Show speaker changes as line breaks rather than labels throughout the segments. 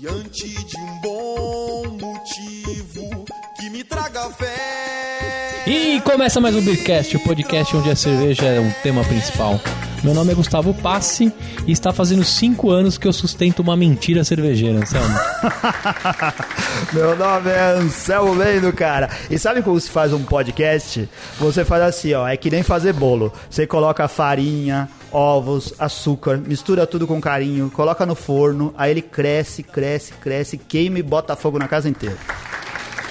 de um bom motivo que me traga fé.
E começa mais um Beercast, o podcast onde a cerveja é um tema principal. Meu nome é Gustavo Passe e está fazendo 5 anos que eu sustento uma mentira cervejeira, Anselmo.
Meu nome é Anselmo Lendo, cara. E sabe como se faz um podcast? Você faz assim, ó, é que nem fazer bolo. Você coloca farinha, ovos, açúcar, mistura tudo com carinho, coloca no forno, aí ele cresce, cresce, cresce, queima e bota fogo na casa inteira.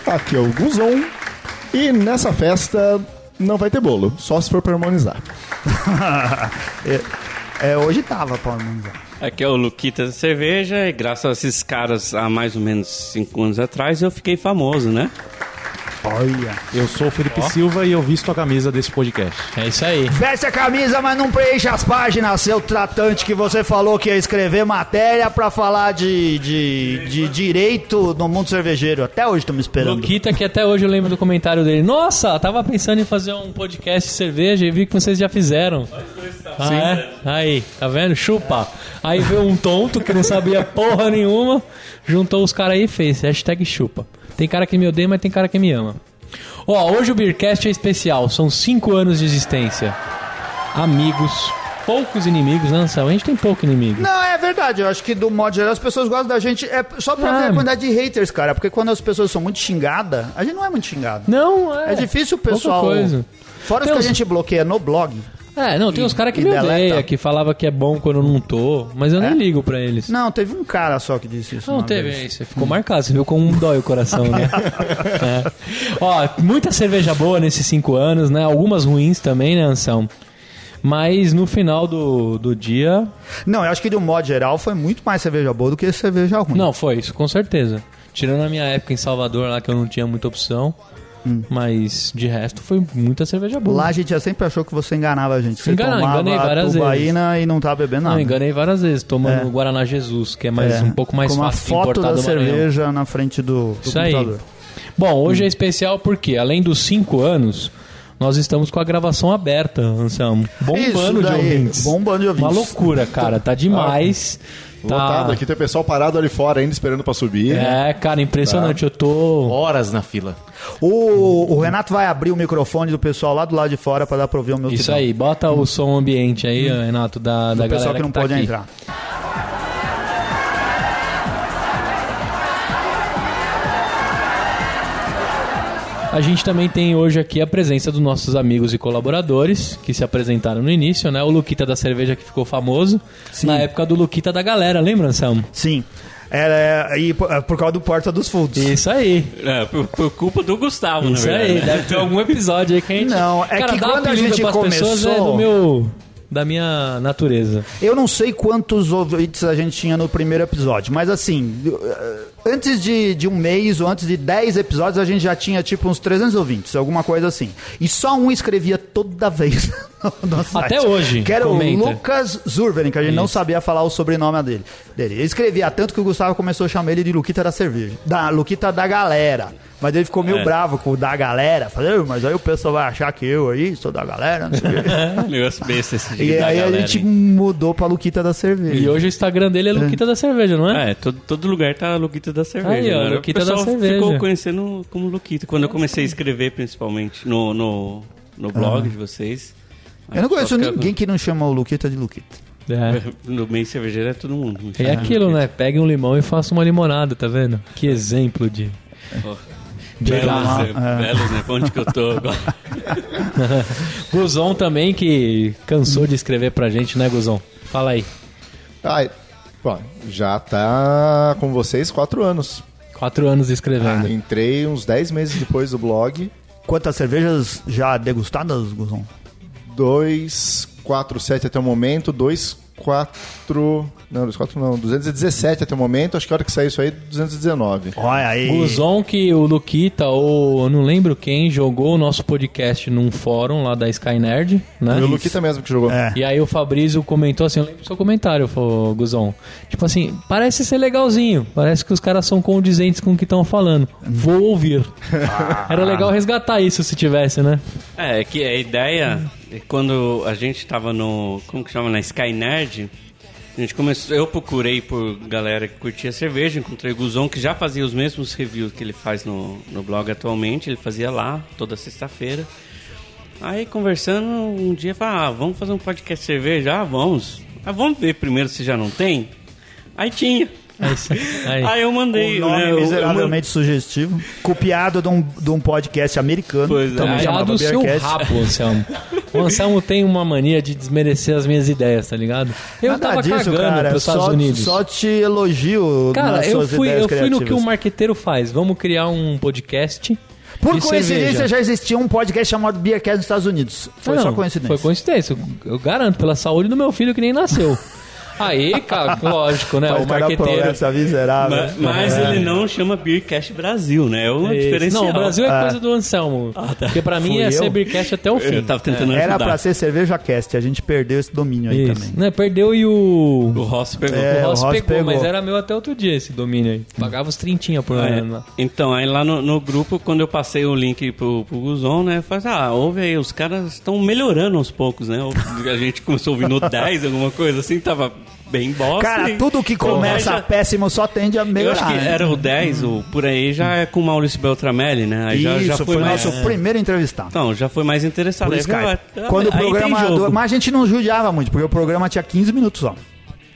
Aqui é o Guzon. E nessa festa não vai ter bolo, só se for pra harmonizar.
É, hoje tava, Paulo Mendes.
Aqui é o Luquita da Cerveja e graças a esses caras há mais ou menos 5 anos atrás eu fiquei famoso, né?
Olha.
Eu sou o Felipe Silva e eu visto a camisa desse podcast.
É isso aí.
Veste a camisa, mas não preenche as páginas, seu tratante que você falou que ia escrever matéria pra falar de, de, de direito no mundo cervejeiro. Até hoje tô me esperando.
Luquita, que até hoje eu lembro do comentário dele. Nossa, tava pensando em fazer um podcast de cerveja e vi que vocês já fizeram. Ah, é? Aí, tá vendo? Chupa. Aí veio um tonto que não sabia porra nenhuma, juntou os caras aí e fez. Hashtag chupa. Tem cara que me odeia, mas tem cara que me ama. Ó, hoje o Beercast é especial. São 5 anos de existência. Amigos. Poucos inimigos, né, Anselmo? A gente tem pouco inimigo.
Não, é verdade. Eu acho que, do modo geral, as pessoas gostam da gente é só pra
Ah.
ver a quantidade de haters, cara. Porque quando as pessoas são muito xingadas, a gente não é muito xingado.
Não, é.
É difícil o pessoal...
Pouca coisa.
Fora os
Tem
que a
uns-
gente bloqueia no blog.
É, não, tem uns caras que
e
me
deleta. É?
odeiam, que falava que é bom quando eu não tô, mas eu nem ligo pra eles.
Não, teve um cara só que disse isso.
Não,
uma
teve
vez.
isso. Ficou marcado. Você viu como dói o coração, né? É. Ó, muita cerveja boa nesses cinco anos, né? Algumas ruins também, né, Anselmo? Mas no final do, do dia.
Não, eu acho que, de um modo geral, foi muito mais cerveja boa do que cerveja ruim.
Não, foi isso, com certeza. Tirando a minha época em Salvador lá que eu não tinha muita opção. Mas de resto foi muita cerveja boa.
Hum. Lá a gente já sempre achou que você enganava a gente. Você
Engana-
tomava
enganei várias vezes.
tubaína e não tá bebendo nada.
não, enganei várias vezes, tomando Guaraná Jesus, que é mais
É,
um pouco mais
com uma
fácil de
foto
importar
da
do Maranhão.
cerveja na frente do, do
Isso aí.
computador.
Bom, hoje é especial porque, além dos 5 anos, nós estamos com a gravação aberta, Anselmo.
Isso
Bombando de
daí,
ouvintes.
bombando de ouvintes.
Uma loucura, cara. Tá demais.
Lotado
Tá...
aqui, tem pessoal parado ali fora ainda esperando pra subir.
né?
É, cara,
Tá.
impressionante. Eu tô...
Horas na fila.
O, o Renato vai abrir o microfone do pessoal lá do lado de fora pra dar pra ouvir o meu
Isso
tibão.
aí, bota o som ambiente aí, Renato, da, da
O Hum.
galera
pessoal que não
tá
pode
aqui.
entrar.
A gente também tem hoje aqui a presença dos nossos amigos e colaboradores que se apresentaram no início, né? O Luquita da cerveja que ficou famoso na época do Luquita da galera, lembra, Anselmo?
Sim. É, é, e por, é, por causa do Porta dos Fundos.
Isso aí.
É, por, por culpa do Gustavo,
Isso
na verdade. né?
aí, deve ter algum episódio aí que a gente.
Não, é que
dar
quando a
apelido
gente
pras pessoas é
começou-
do meu. da minha natureza.
Eu não sei quantos ouvintes a gente tinha no primeiro episódio, mas assim, eh, antes de, de um mês ou antes de 10 episódios, a gente já tinha tipo uns 300 ouvintes, alguma coisa assim. E só um escrevia toda vez no nosso
Até
site,
hoje,
Que era
comenta.
o Lucas Zurverin, que a gente não sabia falar o sobrenome dele. dele. Ele escrevia tanto que o Gustavo começou a chamar ele de Luquita da Cerveja. Da Luquita da Galera. Mas ele ficou meio
É.
bravo com o da galera. Falei, "Ô, mas aí o pessoal vai achar que eu aí sou da galera, não sei o quê.
Um negócio besta esse
E
dia da
aí a
galera,
gente
hein?
mudou pra Luquita da cerveja.
E hoje o Instagram dele é Luquita da Cerveja, não é?
É, todo, todo lugar tá Luquita da Cerveja.
Aí, ó,
agora.
Luquita
o pessoal
da Cerveja.
ficou conhecendo como Luquita. Quando eu comecei a escrever, principalmente, no, no, no blog de vocês.
Eu não conheço
Só fica-
ninguém que não chama o Luquita de Luquita.
É.
No meio cervejeiro é todo mundo.
É aquilo, né? Pegue um limão e faça uma limonada, tá vendo? Que exemplo de.
Belos, né? Belos, né? Pra Onde que eu tô agora?
Guzon também, que cansou de escrever pra gente, né, Guzon? Fala aí.
Ai, bom, já tá com vocês quatro anos.
Quatro anos
Ah,
É.
escrevendo.
Entrei uns 10 meses depois do blog.
Quantas cervejas já degustadas, Guzon?
247 até o momento, 24. Não, 24 não, 217 até o momento. Acho que a hora que sair isso aí, 219.
Olha aí.
Guzon que o Luquita ou eu não lembro quem jogou o nosso podcast num fórum lá da Sky Nerd, né?
Foi o Luquita mesmo que jogou.
É.
E aí o Fabrício comentou assim, eu lembro do seu comentário, ô, Guzon. Tipo assim, parece ser legalzinho, parece que os caras são condizentes com o que estão falando. Vou ouvir.
Ah.
Era legal resgatar isso se tivesse, né?
É, é que a ideia, é quando a gente tava no. Como que chama? Na Sky Nerd, A gente começou, eu procurei por galera que curtia cerveja, encontrei o Guzon, que já fazia os mesmos reviews que ele faz no, no blog atualmente, ele fazia lá toda sexta-feira. Aí conversando, um dia falei, ah, vamos fazer um podcast de cerveja? Ah, vamos. Ah, vamos ver primeiro se já não tem? Aí tinha.
Aí sim, aí.
Aí eu mandei.
O Um nome
né, eu- eu mandei-
miseravelmente sugestivo. Copiado de um, de um podcast americano.
Pois é.
também
Aí,
Aí, lá
chamava
do seu
Beercast.
rabo, Anselmo. O Anselmo tem uma mania de desmerecer as minhas ideias, tá ligado? Eu
Nada
tava
disso,
cagando
cara.
pros Estados
só,
Unidos.
Só te elogio
Cara,
nas
eu
suas
fui,
ideias
eu fui no que o
criativas.
marqueteiro faz. Vamos criar um podcast.
Por
de
coincidência,
cerveja.
já existia um podcast chamado Beercast nos Estados Unidos. Foi
Não,
só coincidência.
Foi coincidência. Eu, eu garanto, pela saúde do meu filho que nem nasceu. Aí, cara, lógico, né?
Faz
o
cada é
marqueteiro.
promessa miserável.
Mas, mas
né?
ele não chama Beercast Brasil, né? É uma
Isso.
diferença.
Não, o Brasil é coisa do Anselmo.
Ah, tá.
Porque pra mim
Fui
é ser
eu.
Beercast até o fim.
Eu tava tentando
Era
ajudar.
pra ser cerveja cast, a gente perdeu esse domínio aí
Isso.
também.
Né, perdeu e o.
O Ross pegou.
É,
o Ross,
o Ross
pegou,
pegou.
mas era meu até outro dia esse domínio aí. Pagava os trintinha por
Ah, é.
ano. né? lá.
Então, aí lá no, no grupo, quando eu passei o link pro, pro Guzon, né? Eu falei, ah, ouve aí, os caras estão melhorando aos poucos, né? O- A gente começou a ouvir no 10, alguma coisa assim, tava bem bosta.
Cara,
e-
tudo que
Pô,
começa
mas já-
péssimo só tende a
Eu
melhorar.
acho que
né?
era o 10, o, por aí já é com o Maurício Beltramelli, né? Aí já,
Isso,
já
foi,
foi mais.
nosso primeiro entrevistado.
Então, já foi mais interessado.
Por
Aí,
Skype.
vai-
Quando o
aí tem
programador.
jogo.
Mas a gente não judiava muito, porque o programa tinha 15 minutos só.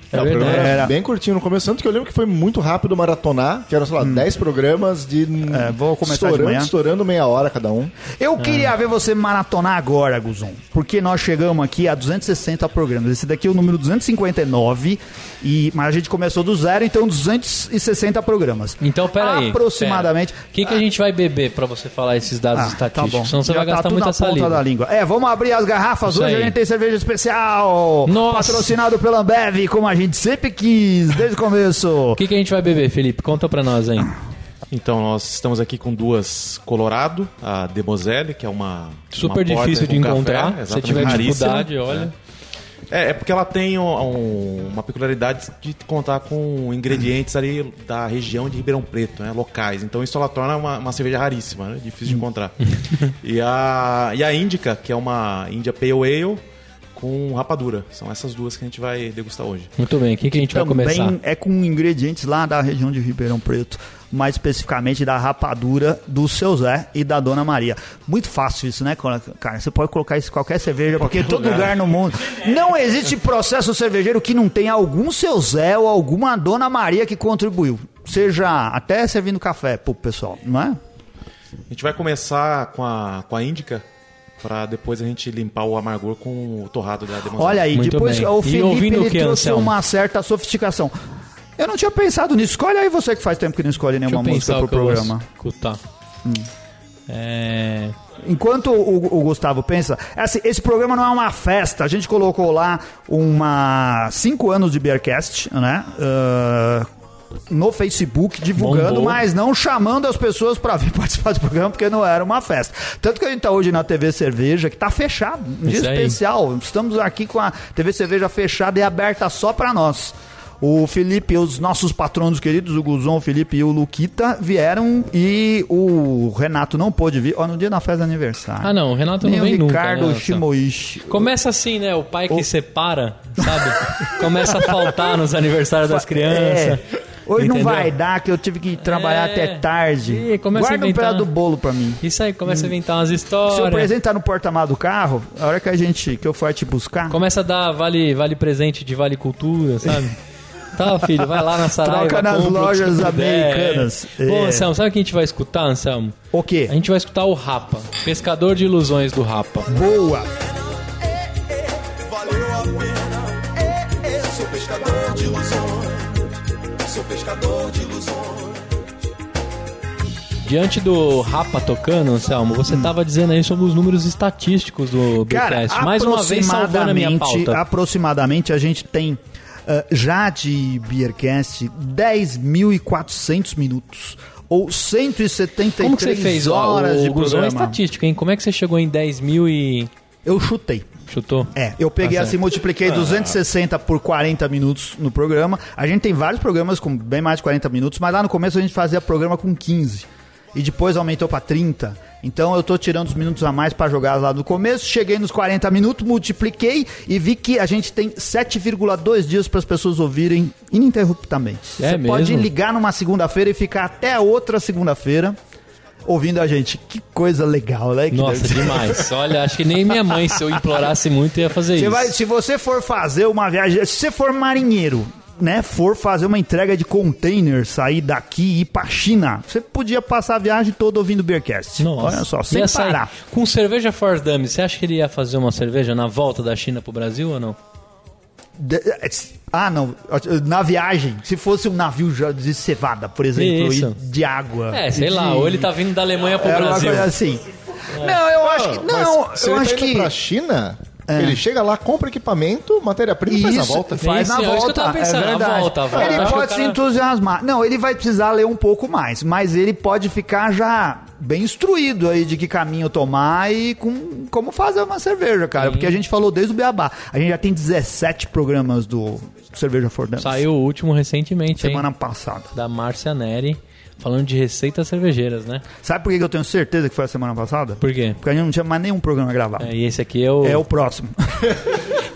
É
o programa
verdade.
era,
Era.
bem curtinho no começo, tanto que eu lembro que foi muito rápido maratonar, que eram, sei lá, 10 programas de.
Hum. É, vou começar de
estourando,
manhã.
estourando meia hora cada um.
Eu queria ver você maratonar agora, Guzon. Porque nós chegamos aqui a 260 programas. Esse daqui é o número 259. E, mas a gente começou do zero, então 260 programas.
Então, peraí.
Aproximadamente.
O que, que a gente vai beber pra você falar esses dados
Ah,
estatísticos?
tá bom.
Senão você
Já
vai
tá
gastar
tudo
muita
na ponta da
saliva.
língua. É, vamos abrir as garrafas.
Isso
Hoje
aí.
a gente tem cerveja especial.
Nossa.
Patrocinado pela Ambev, como a gente sempre quis, desde o começo.
O que, que a gente vai beber, Felipe? Conta pra nós aí.
Então, nós estamos aqui com duas Colorado, a Demoselle, que é uma.
Super
uma porta
difícil de
com café,
encontrar. se
exatamente,
tiver
raríssima.
dificuldade, olha.
É, é porque ela tem um- um- uma peculiaridade de contar com ingredientes ali da região de Ribeirão Preto, né, locais. Então isso ela torna uma, uma cerveja raríssima, né, difícil de
Hum.
encontrar. e a e a Índica, que é uma Índia Pale Ale com rapadura. São essas duas que a gente vai degustar hoje.
Muito bem, o que, que a gente vai começar?
Também é com ingredientes lá da região de Ribeirão Preto, mais especificamente da rapadura do seu Zé e da Dona Maria. Muito fácil isso, né, cara? Cara, Você pode colocar isso em qualquer cerveja, porque em todo lugar. no mundo. Não existe processo cervejeiro que não tenha algum seu Zé ou alguma Dona Maria que contribuiu. Seja até servindo café pro pessoal, não é?
A gente vai começar com a com a Índica para depois a gente limpar o amargor com o torrado da Demoselle.
Olha aí,
é. Muito
depois
bem.
o
E
Felipe
ouvindo o
ele
que,
trouxe
Anselmo?
uma certa sofisticação. Eu não tinha pensado nisso. Escolhe aí você que faz tempo que não escolhe
Deixa
nenhuma
eu pensar
música pro
o que eu
programa. Hum.
vou escutar. É...
Enquanto o, o Gustavo pensa, assim, esse programa não é uma festa. A gente colocou lá uma cinco anos de Beercast, né? Ah, no Facebook, divulgando,
Bombou.
mas não chamando as pessoas para vir participar do programa, porque não era uma festa. Tanto que a gente tá hoje na TV Cerveja, que tá fechado, um dia
Isso aí.
especial. Estamos aqui com a TV Cerveja fechada e aberta só para nós. O Felipe, e os nossos patronos queridos, o Guzon, o Felipe e o Luquita vieram e o Renato não pôde vir. Ó, no dia da festa de aniversário.
Ah, não, o Renato
Nem
não vem
o
nunca.
Ricardo
né,
Shimoishi.
Começa assim, né? O pai que separa, sabe? Começa a faltar nos aniversários das crianças.
É, hoje
Entendeu?
não vai dar, que eu tive que trabalhar
É.
até tarde.
Ih, começa a
Guarda um
inventar.
pedaço do bolo pra mim.
Isso aí, começa a inventar umas
Se o
histórias.
Hum. presente tá no porta-malas do carro, a hora que a gente, que eu for te buscar,
Começa a dar vale, vale presente de vale cultura, sabe? tá, filho, vai lá na Saraiva.
Troca nas
compra o que
lojas
você puder.
americanas.
É. Bom,
É.
Anselmo, sabe o que a gente vai escutar, Anselmo?
o quê?
A gente vai escutar o Rapa, Pescador de Ilusões do Rapa.
Boa!
Valeu a pena, é, é, sou pescador de ilusões, sou pescador de ilusões.
Diante do Rapa tocando, Anselmo, você tava dizendo aí sobre os números estatísticos do
Hum. Cara,
Beercast. Mais uma vez salvando a minha
aproximadamente-
pauta.
Aproximadamente a gente tem ah, já de Beercast 10.400 minutos. Ou 173
Como que você fez? Ó,
horas
o
de
Guzão é
programa.
estatístico, hein? Como é que você chegou em 10 mil e...
Eu chutei.
Chutou?
É, eu peguei
Tá certo.
assim, multipliquei 260 por 40 minutos no programa. A gente tem vários programas com bem mais de 40 minutos, mas lá no começo a gente fazia programa com 15. E depois aumentou pra 30. Então eu tô tirando os minutos a mais pra jogar lá no começo. Cheguei nos 40 minutos, multipliquei e vi que a gente tem 7,2 dias para as pessoas ouvirem ininterruptamente.
É
Você pode
mesmo?
ligar numa segunda-feira e ficar até outra segunda-feira ouvindo a gente. Que coisa legal, né? Que
Nossa,
deve-
demais. Olha, acho que nem minha mãe, se eu implorasse muito, ia fazer
Você
isso.
vai, se você for fazer uma viagem, se você for marinheiro, né, for fazer uma entrega de container, sair daqui e ir pra China, você podia passar a viagem toda ouvindo Beercast.
Nossa.
Olha só, sem
Ia sair
parar.
Com cerveja Force Dummy, você acha que ele ia fazer uma cerveja na volta da China pro Brasil ou não?
De- Ah, não. Na viagem, se fosse um navio já de cevada, por exemplo,
Isso.
e de água.
É, sei
de-
lá, ou ele tá vindo da Alemanha pro
Era uma
Brasil. É.
coisa assim. Não, eu acho que. Não,
Ah, Mas se
eu
ele
acho
tá indo
que.
pra China,
É.
ele chega lá, compra equipamento, matéria-prima e faz a volta.
Faz
Isso, é
na
isso que eu
volta.
tava pensando, a
é verdade.
volta, a volta.
Ele
Acho que o
pode
cara-
se entusiasmar. Não, ele vai precisar ler um pouco mais, mas ele pode ficar já bem instruído aí de que caminho tomar e com, como fazer uma cerveja, cara. Porque a gente falou desde o Beabá. A gente já tem 17 programas do Cerveja Fordance.
Saiu o último recentemente, hein?
semana passada.
Da Márcia Neri, falando de receitas cervejeiras, né?
Sabe por que que eu tenho certeza que foi a semana passada?
Por quê?
Porque a gente não tinha mais nenhum programa gravado.
É, e esse aqui é o...
É o próximo.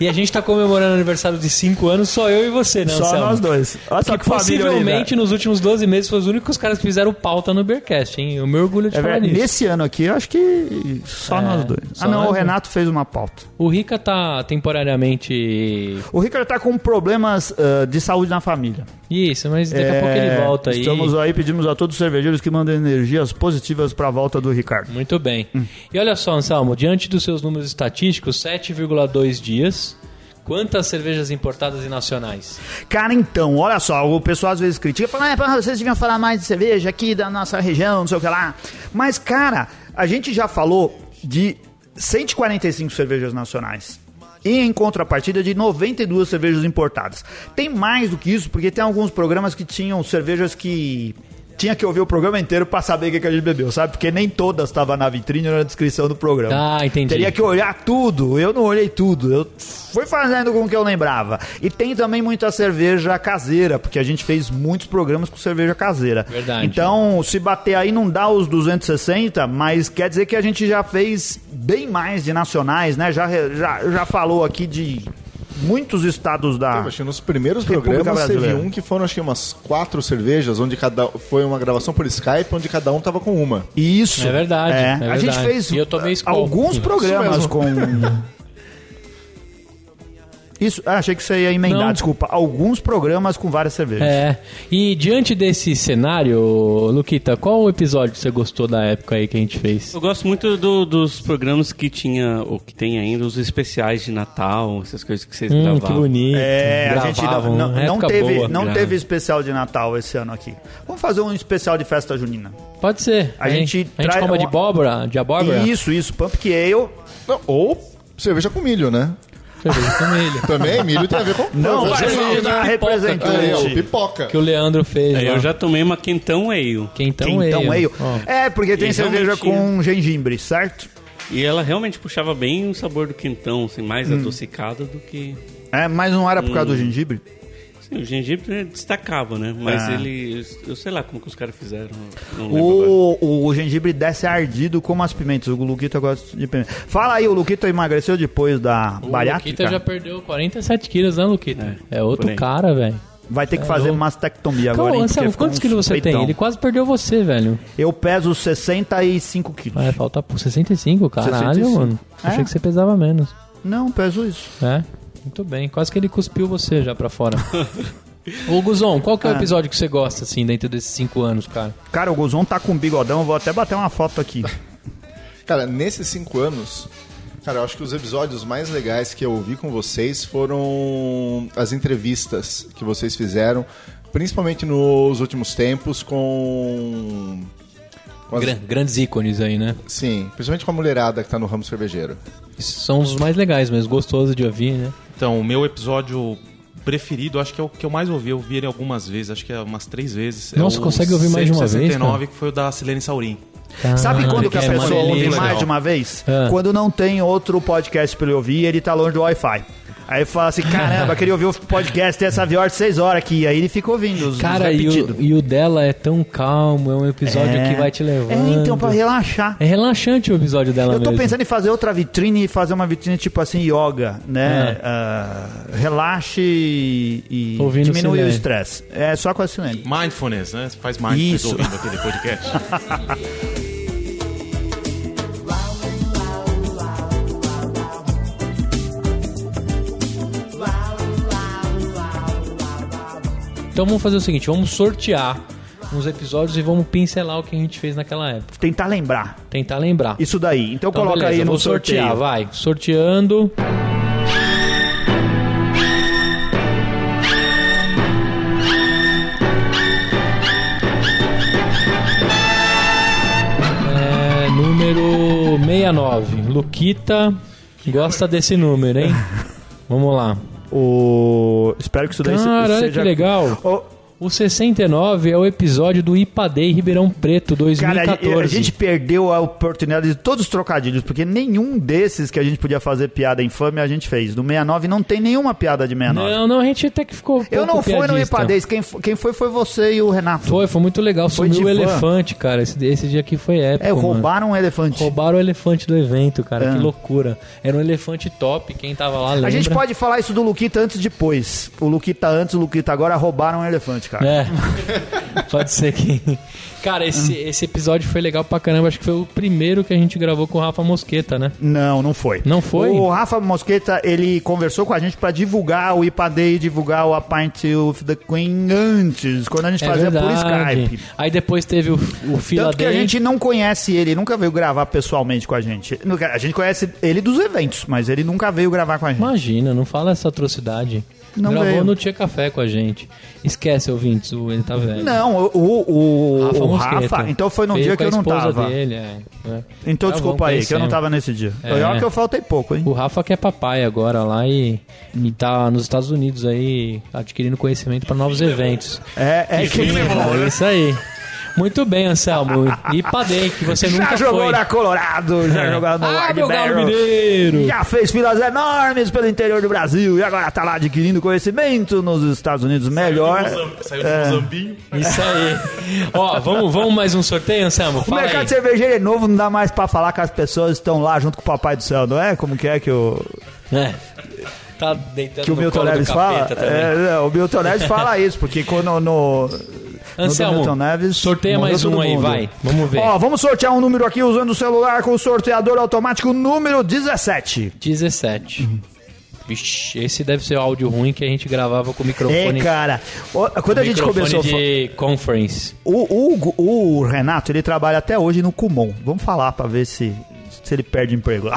E a gente tá comemorando o aniversário de 5 anos, só eu e você, né,
Só
Anselmo?
nós dois. Olha só
Que
que, família aí, né?
possivelmente nos últimos 12 meses foi os únicos caras que fizeram pauta no Beercast, hein? Eu me orgulho de
É
falar
verdade.
nisso.
Nesse ano aqui, eu acho que só
É,
nós dois.
só
ah, não,
nós
o
dois.
Renato fez uma pauta.
O Rica tá temporariamente.
O Ricardo tá com problemas ah, de saúde na família.
Isso, mas daqui a pouco ele volta aí.
É, Estamos aí, pedimos a todos os cervejeiros que mandem energias positivas pra volta do Ricardo.
Muito bem.
Hum.
E olha só, Anselmo, diante dos seus números estatísticos, 7,2 dias. Quantas cervejas importadas e nacionais?
Cara, então, olha só, o pessoal às vezes critica, fala, "Ah, porra, vocês deviam falar mais de cerveja aqui da nossa região, não sei o que lá. Mas, cara, a gente já falou de 145 cervejas nacionais. E em contrapartida de 92 cervejas importadas. Tem mais do que isso, porque tem alguns programas que tinham cervejas que tinha que ouvir o programa inteiro pra saber o que, que a gente bebeu, sabe? Porque nem todas estavam na vitrine ou na descrição do programa.
Ah, entendi.
Teria que olhar tudo. Eu não olhei tudo. Eu fui fazendo com o que eu lembrava. E tem também muita cerveja caseira, porque a gente fez muitos programas com cerveja caseira.
Verdade.
Então, se bater aí não dá os 260, mas quer dizer que a gente já fez bem mais de nacionais, né? Já, re- já, já falou aqui de muitos estados da.
Acho que nos primeiros
Ah. República
programas teve
Brasileira.
um que foram acho que umas quatro cervejas, onde cada foi uma gravação por Skype, onde cada um tava com uma.
Isso.
É verdade, é
a gente
verdade.
fez
E eu tomei Skol.
alguns
Isso
programas
mesmo.
com. Isso, ah, achei que você ia emendar,
Não.
desculpa. Alguns programas com várias cervejas.
É. E diante desse cenário, Luquita, qual episódio você gostou da época aí que a gente fez?
Eu gosto muito do- dos programas que tinha, ou que tem ainda, os especiais de Natal, essas coisas que vocês
Hum, que
gravavam.
bonito.
É, a gente
Gravavam,
não, não- não
um. época
teve,
boa. né?
não
grava.
teve especial de Natal esse ano aqui. Vamos fazer um especial de festa junina.
Pode ser.
A gente
a gente
traz
come de
uma-
abóbora, de abóbora.
Isso, isso, Pumpkin Ale.
Não, Ou cerveja com milho, né?
Cerveja com milho.
Também milho tem a ver com
Não, vai
cerveja
faltar
de pipoca, então
é, o
representante.
pipoca.
Que o Leandro fez.
É,
lá.
eu já tomei uma quentão ale.
Quentão
Quintão
Ale.
Ale.
Então Ó.
É, porque tem
E
cerveja
realmente-
com gengibre, certo?
E ela realmente puxava bem o sabor do quentão, assim, mais
Hum.
adocicada do que.
É, mas não era por causa do gengibre?
Sim, o gengibre destacava, né? Mas
Ah.
ele. Eu sei lá como que os caras fizeram. Não lembro agora.
O, o gengibre desce ardido como as pimentas. O Luquita gosta de pimenta. Fala aí, o Luquita emagreceu depois da
O
bariátrica?
Luquita já perdeu 47 quilos, né, Luquita? É, outro
por aí.
cara, velho.
Vai ter que fazer
louco.
mastectomia agora,
Calma,
hein?
Anselmo,
porque ficou
quantos
um
quilos você
peitão.
tem? Ele quase perdeu você, velho.
Eu peso 65 quilos.
Ah, é, falta por 65, caralho,
65.
mano. Eu
É?
Achei que você pesava menos.
Não, peso isso.
É? Muito bem, quase que ele cuspiu você já pra fora. Ô, Guzon, qual
Ah.
que é o episódio que você gosta, assim, dentro desses 5 anos, cara?
Cara, o Guzon tá com um bigodão, eu vou até bater uma foto aqui.
Cara, nesses cinco anos, cara, eu acho que os episódios mais legais que eu ouvi com vocês foram as entrevistas que vocês fizeram, principalmente nos últimos tempos com. com as-
Gran- grandes ícones aí, né?
Sim, principalmente com a mulherada que tá no ramo cervejeiro.
Esses são os mais legais mesmo, gostoso de ouvir, né?
Então, o meu episódio preferido, acho que é o que eu mais ouvi. Eu ouvi ele algumas vezes, acho que é umas três vezes.
Nossa,
é o
consegue ouvir mais de uma vez,
169, que foi o da Silene Saurim.
Sabe
Ah,
quando que a
é uma
pessoa ouve
delícia.
mais
legal.
de uma vez?
Ah.
Quando não tem outro podcast pra ele ouvir e ele tá longe do Wi-Fi. Aí fala assim, caramba, queria ouvir o podcast dessa Vior de 6 horas aqui. Aí ele fica ouvindo os, os
Cara, e
repetidos.
o, e o dela é tão calmo, é um episódio
É.
que vai te levando.
É, então, pra relaxar.
É relaxante o episódio dela
Eu tô
É mesmo.
pensando em fazer outra vitrine e fazer uma vitrine tipo assim, yoga,
É.
né? Ah, relaxe e, e
Ouvindo
diminui o
silêncio.
estresse. É só com a silêncio.
Mindfulness, né? Você faz mindfulness
Isso.
ouvindo aquele podcast.
Então vamos fazer o seguinte, vamos sortear uns episódios e vamos pincelar o que a gente fez naquela época.
Tentar lembrar
Tentar lembrar.
isso daí. Então,
Então,
coloca
beleza,
aí
eu
no
vou
sorteio.
sortear, vai. Sorteando. É, número 69. Luquita gosta desse número, hein? Vamos lá.
O... Espero que isso daí se-
Cara, olha
seja...
que legal.
Ô,
O 69 é o episódio do Ipadei Ribeirão Preto
Cara, a-
2014.
a gente perdeu a oportunidade de todos os trocadilhos, porque nenhum desses que a gente podia fazer piada infame a gente fez. No 69 não tem nenhuma piada de 69.
Não, não, a gente até que ficou. um pouco
Eu não fui no
piadista.
Ipadez, quem, fo- quem foi foi você e o Renato.
Foi, foi muito legal.
Foi
Sumiu o
de van.
elefante, cara. Esse, esse dia aqui foi épico.
É,
mano.
roubaram um elefante.
Roubaram o elefante do evento, cara.
É.
Que loucura. Era um elefante top. Quem tava lá lembra.
A gente pode falar isso do Luquita antes e depois. O Luquita antes, o Luquita agora roubaram um elefante, cara.
É. pode ser que. Cara, esse,
Ah.
esse episódio foi legal pra caramba. Acho que foi o primeiro que a gente gravou com o Rafa Mosqueta, né?
Não, não foi.
Não foi?
O Rafa Mosqueta, ele conversou com a gente pra divulgar o Ipadei, divulgar o A Pint of the Queen antes, quando a gente fazia por Skype.
É Aí depois teve o, o Fila
Tanto que a gente não conhece ele, nunca veio gravar pessoalmente com a gente. Nunca- A gente conhece ele dos eventos, mas ele nunca veio gravar com a gente.
Imagina, não fala essa atrocidade.
Não
Gravou
veio.
no Tia Café com a gente. Esquece, ouvintes, o- ele tá velho.
Não, o, o, o-
Rafa
o
Mosqueta.
Rafa, então foi num
Veio
dia
com
que eu
a
não
esposa
tava.
Dele, é, é.
Então
Tá
desculpa
bom,
aí, que eu não
conhecemos.
tava nesse dia.
É.
Olha que eu faltei pouco, hein?
O Rafa que é papai agora lá e, e tá nos Estados Unidos aí adquirindo conhecimento para novos eventos.
É, é que
Enfim, cara, é isso aí. Muito bem, Anselmo. E Padei, que você
já
nunca
jogou
foi.
na Colorado, já jogou no
Ah,
Wide
meu galo
Barrel.
mineiro!
Já fez filas enormes pelo interior do Brasil e agora tá lá adquirindo conhecimento nos Estados Unidos. Melhor.
Saiu de Mozambinho.
Isso aí. Ó, vamos, vamos mais um sorteio, Anselmo?
O
Fala
mercado
aí.
cervejeiro é novo, não dá mais pra falar que as pessoas estão lá junto com o Papai do Céu, não é? Como que é que o,
É. Tá deitando
que o
no
Milton
colo do
Neves fala?
capeta também.
É, não, o Milton Neves fala isso, porque quando no. no
Anselmo,
do Milton Neves,
sorteia
morreu
mais um
todo
aí,
mundo.
vai. Vamos ver.
Ó, vamos sortear um número aqui usando o celular com o sorteador automático número 17.
17. Vixe, esse deve ser o áudio ruim que a gente gravava com o
É,
microfone.
cara. Ó, Quando a gente
microfone
começou. a fa-
de conference.
O, o- o Renato, ele trabalha até hoje no Kumon. Vamos falar pra ver se, se ele perde emprego lá.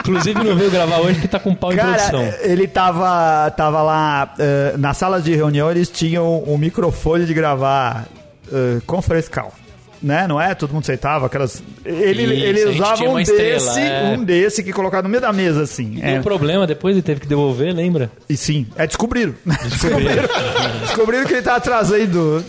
Inclusive não veio gravar hoje que tá com pau em
Cara,
produção.
ele tava, tava lá. eh, nas salas de reunião, eles tinham um microfone de gravar eh, conference call. Né? Não é? Todo mundo aceitava aquelas. Ele,
Isso,
ele
a gente
usava
tinha
um
uma
desse,
estrela, é.
um desse que colocava no meio da mesa, assim.
Deu
É,
problema, depois ele teve que devolver, lembra?
e sim, é descobriram. Descobriram. descobriram que ele tava trazendo.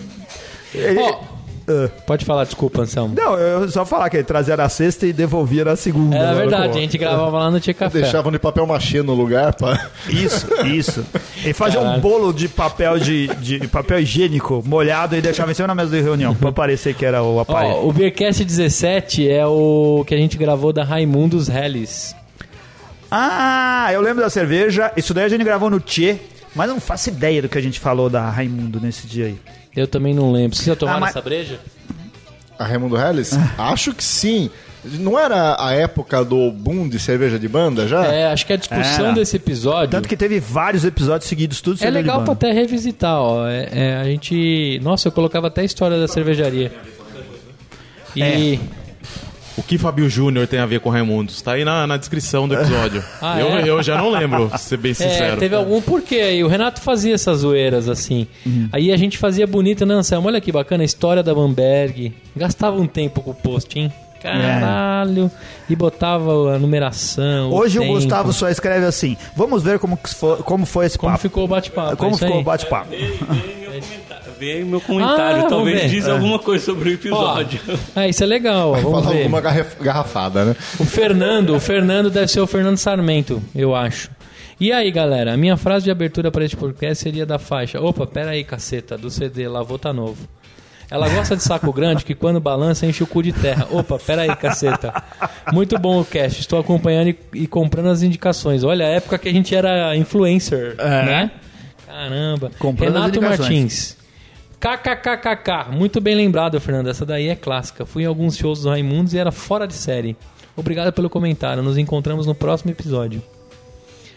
Ele-
Ó,
Ah.
pode falar, desculpa, Anselmo.
Não, eu só falar que ele trazia na sexta e devolvia na segunda.
Era
né?
É verdade,
Pô.
a gente gravava lá no Tia Café.
Deixavam de papel machê no lugar pra...
Isso, isso. E fazia um
Caralho.
bolo de papel de, de papel higiênico molhado e deixava em cima na mesa de reunião, pra parecer que era o aparelho.
Ó, o Beercast 17 é o que a gente gravou da Raimundos Hellis.
Ah, eu lembro da cerveja. Isso daí a gente gravou no Tchê, mas eu não faço ideia do que a gente falou da Raimundo nesse dia aí.
Eu também não lembro. Vocês já tomaram
Ah, mas-
essa breja?
A Raimundo Helles? Acho que sim. Não era a época do boom de cerveja de banda já?
É, acho que a discussão
Era.
desse episódio...
Tanto que teve vários episódios seguidos, tudo
É
cerveja de
legal pra
banda.
até revisitar, ó. É, é, a gente. Nossa, eu colocava até a história da cervejaria.
É.
E.
O que Fabio Júnior tem a ver com Raimundos? Tá aí na, na descrição do episódio.
Ah,
eu,
é?
eu já não lembro, pra ser bem
é,
sincero.
teve algum porquê aí. O Renato fazia essas zoeiras assim.
Uhum.
Aí a gente fazia bonito, né, Anselmo? Olha que bacana a história da Bamberg. Gastava um tempo com o post, hein? Caralho. E botava a numeração.
Hoje o
tempo.
Gustavo só escreve assim: vamos ver como, que foi, como foi esse
Como
papo.
ficou o bate-papo?
como
é isso
ficou
aí.
o bate-papo?
Vê aí meu comentário,
Ah,
talvez
vamos ver.
diz alguma coisa sobre o episódio.
Ó, é, isso é legal, ó. Vamos
Falava
ver.
alguma garraf- garrafada, né?
O Fernando, o Fernando deve ser o Fernando Sarmento, eu acho. E aí, galera, a minha frase de abertura para este podcast seria da faixa. Opa, pera aí, caceta, do CD Lavô tá novo. Ela gosta de saco grande que quando balança enche o cu de terra. Opa, pera aí, caceta. Muito bom o cast. Estou acompanhando e, e comprando as indicações. Olha, a época que a gente era influencer, né? Caramba.
Comprando as
Renato
indicações.
Martins. KKKKK. Muito bem lembrado, Fernando. Essa daí é clássica. Fui em alguns shows do Raimundos e era fora de série. Obrigado pelo comentário. Nos encontramos no próximo episódio.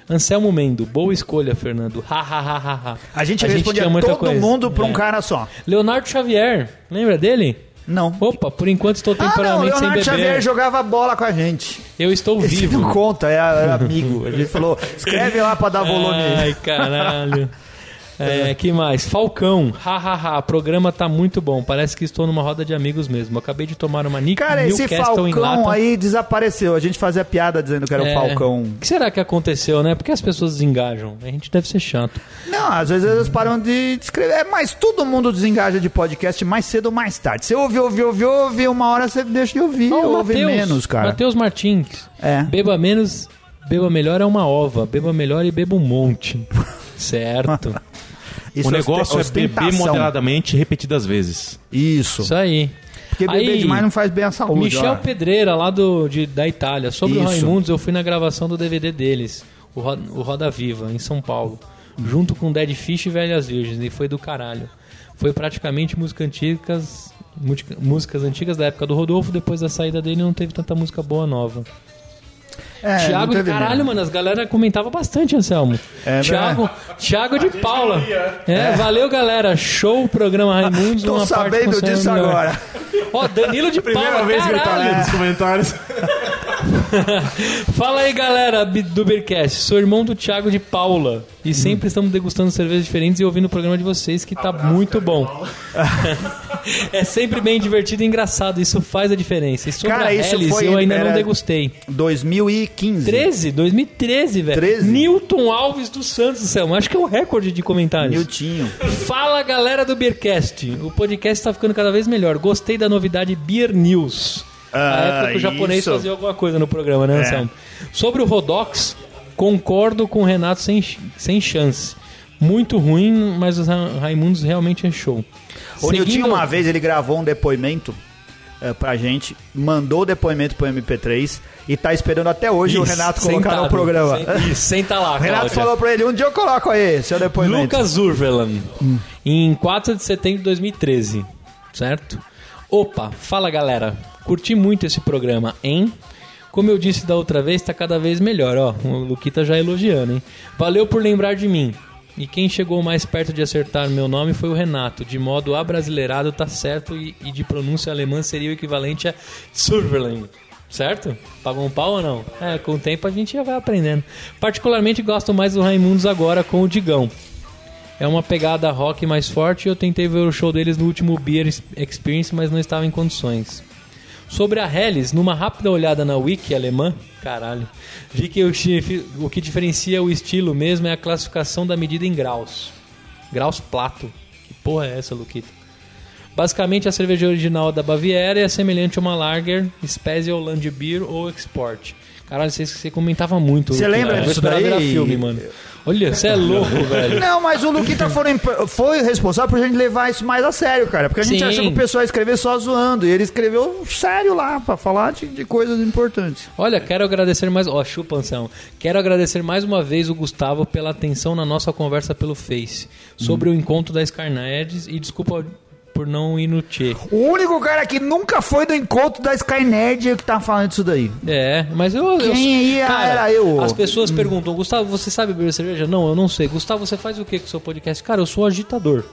Anselmo Mendo. Boa escolha, Fernando. Ha, ha, ha, ha, ha.
A gente
tinha
respondia
muita
todo
coisa.
mundo pra um
É.
cara só.
Leonardo Xavier. Lembra dele?
Não.
Opa, por enquanto estou
Ah, não,
temporariamente sem beber.
Leonardo Xavier jogava bola com a gente.
Eu estou
Esse
vivo.
não conta, é, é amigo. Ele falou, escreve lá pra dar
É,
volume.
Ai, caralho. É, que mais? Falcão, hahaha, programa tá muito bom. Parece que estou numa roda de amigos mesmo. Acabei de tomar uma Nick
Cara, esse
Newcastle em
Falcão
lata.
aí desapareceu. A gente fazia piada dizendo que era
É.
o Falcão.
O que será que aconteceu, né? Porque as pessoas desengajam. A gente deve ser chato.
Não, às vezes eles param de escrever. É, Mas todo mundo desengaja de podcast mais cedo ou mais tarde. Você ouve, ouve, ouve, ouve, uma hora você deixa de ouvir,
Ah, o
ouve
Matheus,
menos, cara.
Matheus Martins.
É.
Beba menos, beba melhor é uma ova. Beba melhor e beba um monte. certo.
Isso
o negócio é
oste-
beber
ostentação.
moderadamente repetidas vezes.
Isso.
Isso aí.
Porque beber
Aí-
demais não faz bem à saúde.
Michel
ó.
Pedreira, lá do, de- da Itália. Sobre o
Isso.
Raimundos, eu fui na gravação do DVD deles, o Ro- o Roda, Viva, em São Paulo. Junto com Dead Fish e Velhas Virgens, e foi do caralho. Foi praticamente música antigas, música- músicas antigas da época do Rodolfo, depois da saída dele não teve tanta música boa nova.
É, não
Tiago de
teve
caralho,
mesmo.
mano, as galera comentava bastante, Anselmo.
É,
Tiago, Tiago de Paula. É, valeu, galera. Show o programa Raimundos.
Tô
uma parte
sabendo
com Anselmo
disso
melhor.
agora.
Ó, Danilo de Paula,
tá
caralho.
nos comentários.
Fala aí, galera bi- do Beercast. Sou irmão do Thiago de Paula. E sempre estamos degustando cervejas diferentes e ouvindo o programa de vocês, que tá muito bom. é sempre bem divertido e engraçado. Isso faz a diferença. E sobre
Cara,
a
isso
Helles,
foi-
eu ainda
era-
não degustei.
2015.
13, 2013, velho.
13?
Newton Alves dos Santos, Selma. Acho que é o recorde de comentários.
Niltinho.
Fala galera do Beercast. O podcast tá ficando cada vez melhor. Gostei da novidade Beer News. Na
Ah,
época que o japonês
isso. É.
fazia alguma coisa no programa, né, Anselmo? Sobre o Rodox, concordo com o Renato sem, ch- sem chance. Muito ruim, mas o Ra- Raimundos realmente é show.
O
Seguindo-
Niltinho, uma vez, ele gravou um depoimento é, pra gente, mandou o depoimento pro MP3 e tá esperando até hoje o
Isso,
Renato colocar
sentado.
no programa.
Sen- Isso, senta lá,
O Renato
Cláudia.
falou pra ele, um dia eu coloco aí seu depoimento.
Lucas Urvelan, em 4 de setembro de 2013, certo? Opa, fala galera, curti muito esse programa, hein? Como eu disse da outra vez, tá cada vez melhor, ó. O Luquita já elogiando, hein? Valeu por lembrar de mim. E quem chegou mais perto de acertar meu nome foi o Renato. De modo abrasileirado, tá certo. E, e de pronúncia alemã seria o equivalente a Zurvelan. Certo? Pagou um pau ou não? É, com o tempo a gente já vai aprendendo. Particularmente gosto mais do Raimundos agora com o Digão. É uma pegada rock mais forte e eu tentei ver o show deles no último Beer Experience, mas não estava em condições. Sobre a Hellis, numa rápida olhada na wiki alemã, caralho, vi que o, chi- o que diferencia o estilo mesmo é a classificação da medida em graus. Graus plato. Que porra é essa, Luquita? Basicamente, a cerveja original da Baviera é semelhante a uma Lager, Special Land Beer ou Export. Caralho, você, você comentava muito.
Você
Luquita. Eu
lembra
vou
disso
esperar
daí?
virar filme, mano. Olha, você é louco, velho.
Não, mas o Luquita foram imp- foi responsável por gente levar isso mais a sério, cara. Porque a gente
Sim.
acha que o pessoal escreveu só zoando. E ele escreveu sério lá, pra falar de, de coisas importantes.
Olha, quero agradecer mais. Ó, chupa, Anselmo. Quero agradecer mais uma vez o Gustavo pela atenção na nossa conversa pelo Face sobre o encontro da Scarnedes e desculpa por não ir no Tchê.
O único cara que nunca foi do encontro da Sky Nerd é que tá falando disso daí.
É, mas eu. eu-
Quem ia era eu.
As pessoas perguntam, Gustavo, você sabe beber cerveja? Não, eu não sei. Gustavo, você faz o que com o seu podcast? Cara, eu sou agitador.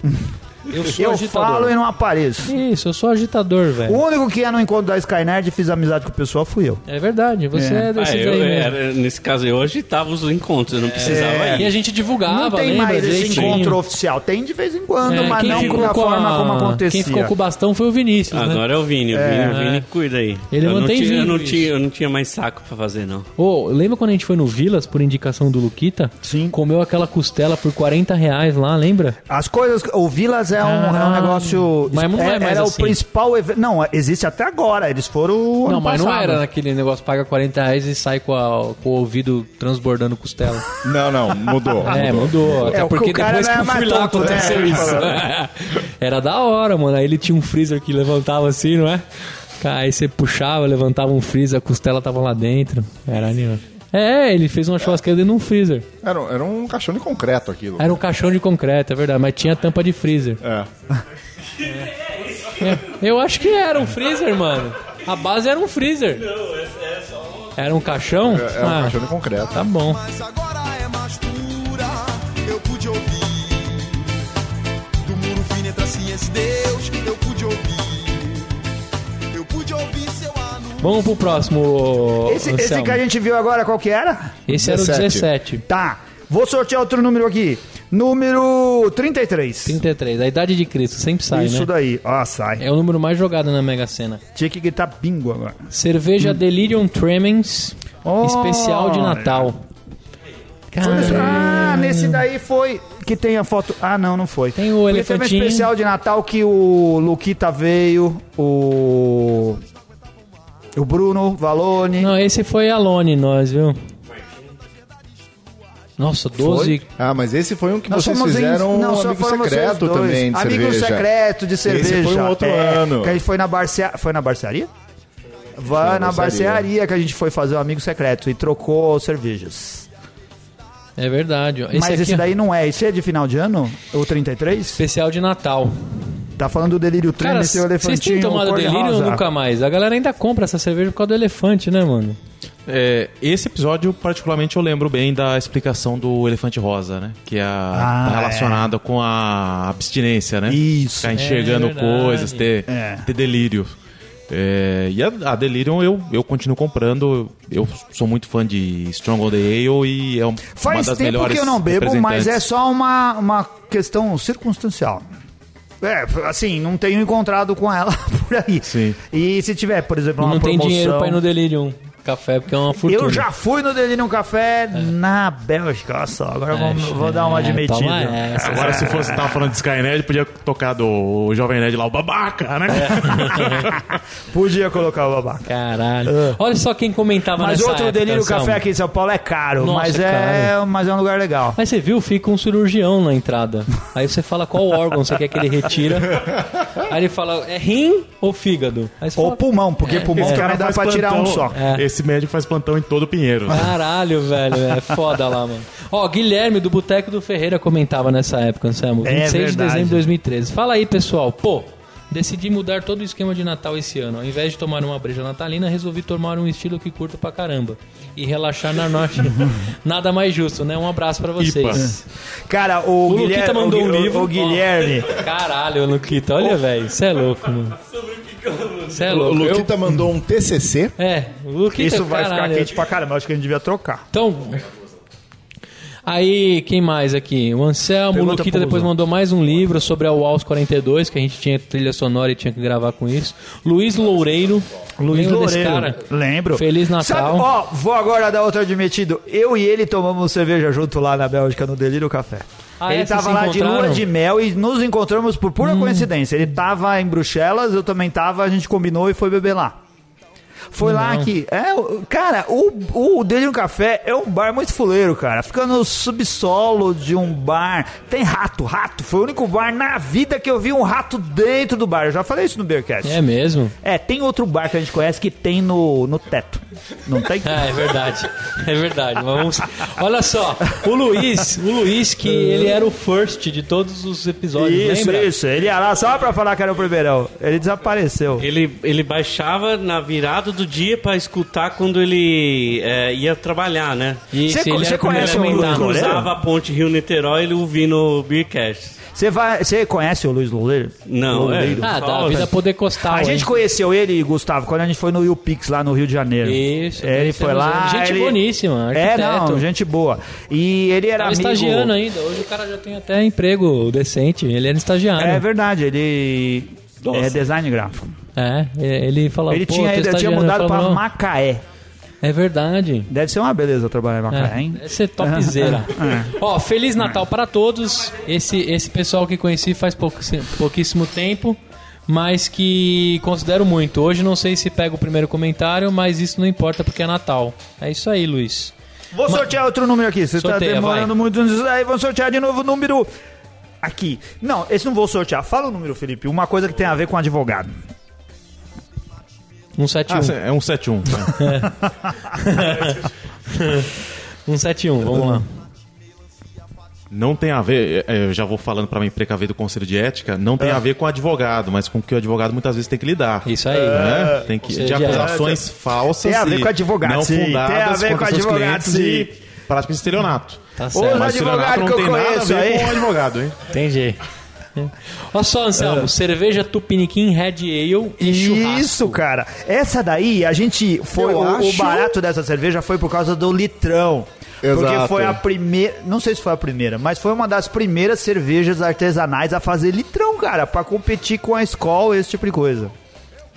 Eu sou
eu
agitador.
falo e não apareço.
Isso, eu sou agitador,
O
velho.
único que ia no encontro da Sky Nerd e fiz amizade com o pessoal fui eu.
É verdade, você é,
É.
desses
Ah, eu,
aí mesmo.
era- nesse caso, eu agitava os encontros, eu não precisava
É.
ir.
E a gente divulgava,
Não tem
lembra?
mais esse
direitinho.
encontro oficial. Tem de vez em quando,
Ah, É,
mas
quem
não
ficou
da
com a-
forma como acontecia.
Quem ficou com o bastão foi o Vinícius, né?
Agora é o Vini, o Vini, o Vini
É.
cuida aí.
Ele
eu, não
mantém
tinha, eu,
vivo
não
isso.
tinha, eu não tinha mais saco pra fazer, não.
Ô, lembra quando a gente foi no Vilas, por indicação do Luquita?
Sim.
Comeu aquela costela por 40 reais lá, lembra?
As coisas, o Vilas mas é um, é um
Ah.
negócio.
Mas não é mais
era
assim.
o principal evento. Não, existe até agora. Eles foram. o
Não,
ano
mas não
passado.
era né? naquele negócio paga 40 reais e sai com, a- com o ouvido transbordando costela.
Não, não, mudou.
É,
mudou.
mudou. Até
É, o que
porque
o cara
depois que
não
eu
é mais
fui lá
tonto, né?
aconteceu isso. Era da hora, mano. Aí ele tinha um freezer que levantava assim, não é? Cara, Aí você puxava, levantava um freezer, a costela tava lá dentro. Era animal. É, ele fez uma churrasqueira dentro de um freezer.
Era, um- era um caixão de concreto aquilo.
Era um caixão de concreto, é verdade, mas tinha tampa de freezer.
É.
É, Eu acho que era um freezer, mano. A base era um freezer. Não, era um caixão?
Era um
ah,
caixão de concreto.
tá bom.
Mas agora é mais pura, eu pude ouvir. Do muro fino entre a ciência e Deus, eu pude ouvir. Eu pude ouvir seu anúncio.
Vamos pro próximo.
Esse, esse
Anselmo.
que a gente viu agora, qual que era?
Esse era o
17.
17.
Tá. Vou sortear outro número aqui. Número 33.
33, a idade de Cristo, sempre sai,
Isso
né?
daí. Ó, sai.
É o número mais jogado na Mega Sena.
Tinha que gritar bingo agora. Hum.
Cerveja Delirium Tremens,
Olha.
especial de Natal. Cara,
Ah, nesse daí foi que tem a foto. Ah, não, não foi.
Hum. Tem o
Porque Teve
elefantinho.
um especial de Natal que o Luquita veio, o. O Bruno Valone.
não, esse foi Alone, nós, viu? Nossa, 12.
Ah, mas esse foi um que
Nós
vocês
somos em-
fizeram
não,
um
só
amigo
foram vocês
secreto
dois.
também de
amigo
cerveja.
secreto de cerveja. É,
foi um outro ano.
Que a gente foi na barcearia. Foi na barcearia? Vai na barcearia que a gente foi fazer o amigo secreto e trocou cervejas.
É verdade. ó. Esse
Mas
aqui,
esse
ó,
daí não é. Esse é de final de ano? O 33?
especial de Natal.
Tá falando do delírio
Cara,
trem, seu elefantinho.
vocês têm tomado
cor-de-rosa.
Delirium ou nunca mais? A galera ainda compra essa cerveja por causa do elefante, né, mano?
É, esse episódio, particularmente, eu lembro bem da explicação do elefante rosa, né? Que é a-
Ah,
tá relacionada com a abstinência, né?
Isso.
Ficar enxergando
verdade.
coisas, ter,
É.
ter delírio. É, e a, a Delirium eu, eu continuo comprando. Eu sou muito fã de Strong on the Ale e é um- uma
Faz
das
tempo
melhores
que eu não bebo, mas é
representantes.
só uma, uma questão circunstancial. É, assim, não tenho encontrado com ela por aí.
Sim.
E se tiver, por exemplo, uma
não tem
promoção...
dinheiro pra ir no Delirium Café, porque é uma fortuna.
Eu já fui no Delirium Café na Bélgica, olha só. Agora vamos- vou, dar uma
é, toma
admitida.
essa.
Agora,
É.
se fosse tava falando de Sky Nerd, podia tocar do Jovem Nerd lá, o babaca, né?
É. Podia colocar o babaca.
Caralho. Olha só quem comentava
Ah. Mas
nessa
outro
época,
Delírio
Anselmo.
Café aqui em São Paulo é caro,
Nossa,
mas, é, mas é um lugar legal.
Mas você viu, fica um cirurgião na entrada. Aí você fala qual órgão você quer que ele retira. Aí ele fala, é rim ou fígado? Aí você
Ou
fala,
pulmão, porque pulmão também É. dá pra tirar um só.
É.
Esse médico faz plantão em todo o Pinheiro.
caralho, velho, é foda lá, mano. Ó, Guilherme do Boteco do Ferreira comentava nessa época, Anselmo.
É
26 de
verdade.
dezembro de 2013. Fala aí, pessoal. Pô, decidi mudar todo o esquema de Natal esse ano. Ao invés de tomar uma breja natalina, resolvi tomar um estilo que curto pra caramba. E relaxar na noite. Nada mais justo, né? Um abraço pra vocês.
Ipa.
Cara, o,
O
Guilherme.
Luquita mandou
o,
um
Gui- o-
livro.
O Guilherme.
Caralho, Luquita, olha, velho. Você é louco, mano. Você é
O
louco. Eu-
Luquita mandou um TCC.
É, o Luquita,
Isso vai
caralho.
ficar quente pra caramba. Acho que a gente devia trocar.
Então... Aí, quem mais aqui? O Anselmo, o
Pergunta
Luquita
pro
depois
Luzão.
mandou mais um livro sobre a Walls 42, que a gente tinha trilha sonora e tinha que gravar com isso. Luiz Loureiro.
Luiz
Lembra desse
Loureiro.
cara?
Lembro.
Feliz Natal.
Sabe, ó, vou agora dar outro admitido. Eu e ele tomamos cerveja junto lá na Bélgica, no Delírio Café.
Ah,
ele
é? Vocês
tava
se
lá de lua
encontraram? Hum.
de mel e nos encontramos por pura coincidência. Ele tava em Bruxelas, eu também tava, a gente combinou e foi beber lá. Foi lá que. É, o- cara, o, o Delírio Café é um bar muito fuleiro, cara. Fica no subsolo de um bar. Tem rato, rato. Foi o único bar na vida que eu vi um rato dentro do bar. Eu já falei isso no Bearcast.
É mesmo?
É, tem outro bar que a gente conhece que tem no, no teto. Não tem?
Ah, é verdade. É verdade. Mas vamos... Olha só, o Luiz, o Luiz que ele era o first de todos os episódios,
isso,
lembra?
isso. Ele ia lá só pra falar que era o primeirão. Ele desapareceu.
Ele, ele baixava na virada do dia pra escutar quando ele é, ia trabalhar, né?
E
Cê
se
co-
ele
cê
era o primeiro
conhece
a
o Luiz
comentar,
Ele
não
Loureiro?
usava.
cruzava a ponte Rio-Niterói, ele ouvia no Beercast.
Você vai, você conhece o Luiz Loureiro?
Não, é.
Loureiro.
Ah, da
Só-
vida podecostal.
A gente
hein?
conheceu ele, e Gustavo, quando a gente foi no UPix lá no Rio de Janeiro.
Isso,
Ele
conhecemos
foi lá.
ele. Gente
ele...
boníssima,
É, não,
arquiteto.
gente boa. E ele era
Tava
Tá amigo.
estagiando ainda. Hoje o cara já tem até emprego decente. Ele era estagiário.
É verdade, ele é design gráfico.
É, ele falou.
ele
"Pô,
tinha,
tô
ele tinha
estagiando."
mudado
Ele
pra
falou, "Não,
Macaé.
É verdade.
Deve ser uma beleza trabalhar em Macaé, É, hein? É.
Deve ser topzera. Ó, Feliz Natal para todos. Esse, esse pessoal que conheci faz pouquíssimo, pouquíssimo tempo, mas que considero muito. Hoje não sei se pego o primeiro comentário, mas isso não importa porque é Natal. É isso aí, Luiz.
Vou sortear outro número aqui. Você está
Sorteia,
demorando
vai.
muito nisso aí. Vamos sortear de novo o número aqui. Não, esse não vou sortear. Fala o número, Felipe. Uma coisa que tem a ver com advogado.
171.
Ah, cê- é um 71. né?
171, vamos lá.
Não tem a ver, é, é, eu já vou falando para me precaver do Conselho de Ética, não
É.
tem a ver com advogado, mas com o que o advogado muitas vezes tem que lidar.
Isso aí.
Né?
É.
Tem que,
Conselho
de
de
acusações falsas
Tem a ver
e
com advogado,
não
sim. Tem a
fundadas
ver com
contra seus
advogado,
clientes
sim.
e prática de estelionato.
Tá
Ô,
certo.
Mas estelionato
advogado
não
que eu
tem nada a
conheço
ver
aí.
com um advogado, hein?
Entendi. Olha só, Anselmo, cerveja Tupiniquim Red Ale e churrasco.
É. Isso, cara. Essa daí, a gente foi.
Eu
O, o
acho-
barato dessa cerveja foi por causa do litrão. Porque
Exato.
foi a primeira. Não sei se foi a primeira, mas foi uma das primeiras cervejas artesanais a fazer litrão, cara, pra competir com a escola, esse tipo de coisa.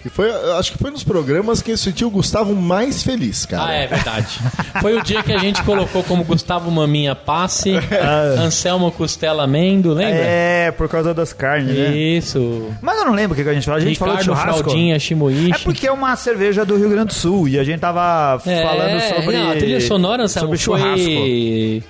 E foi, eu acho que foi nos programas que eu senti o Gustavo mais feliz, cara.
Ah, é verdade. Foi o dia que a gente colocou como Gustavo Maminha Passe, Anselmo Costela Mendo, lembra?
Ah. É, por causa das carnes, né?
Isso.
Mas eu não lembro o que que a gente falou. A gente falou de
Ricardo
churrasco.
Fraldinha, Shimoishi.
É porque é uma cerveja do Rio Grande do Sul e a gente tava
É,
falando sobre.
não, a trilha sonora, Anselmo,
sobre churrasco.
foi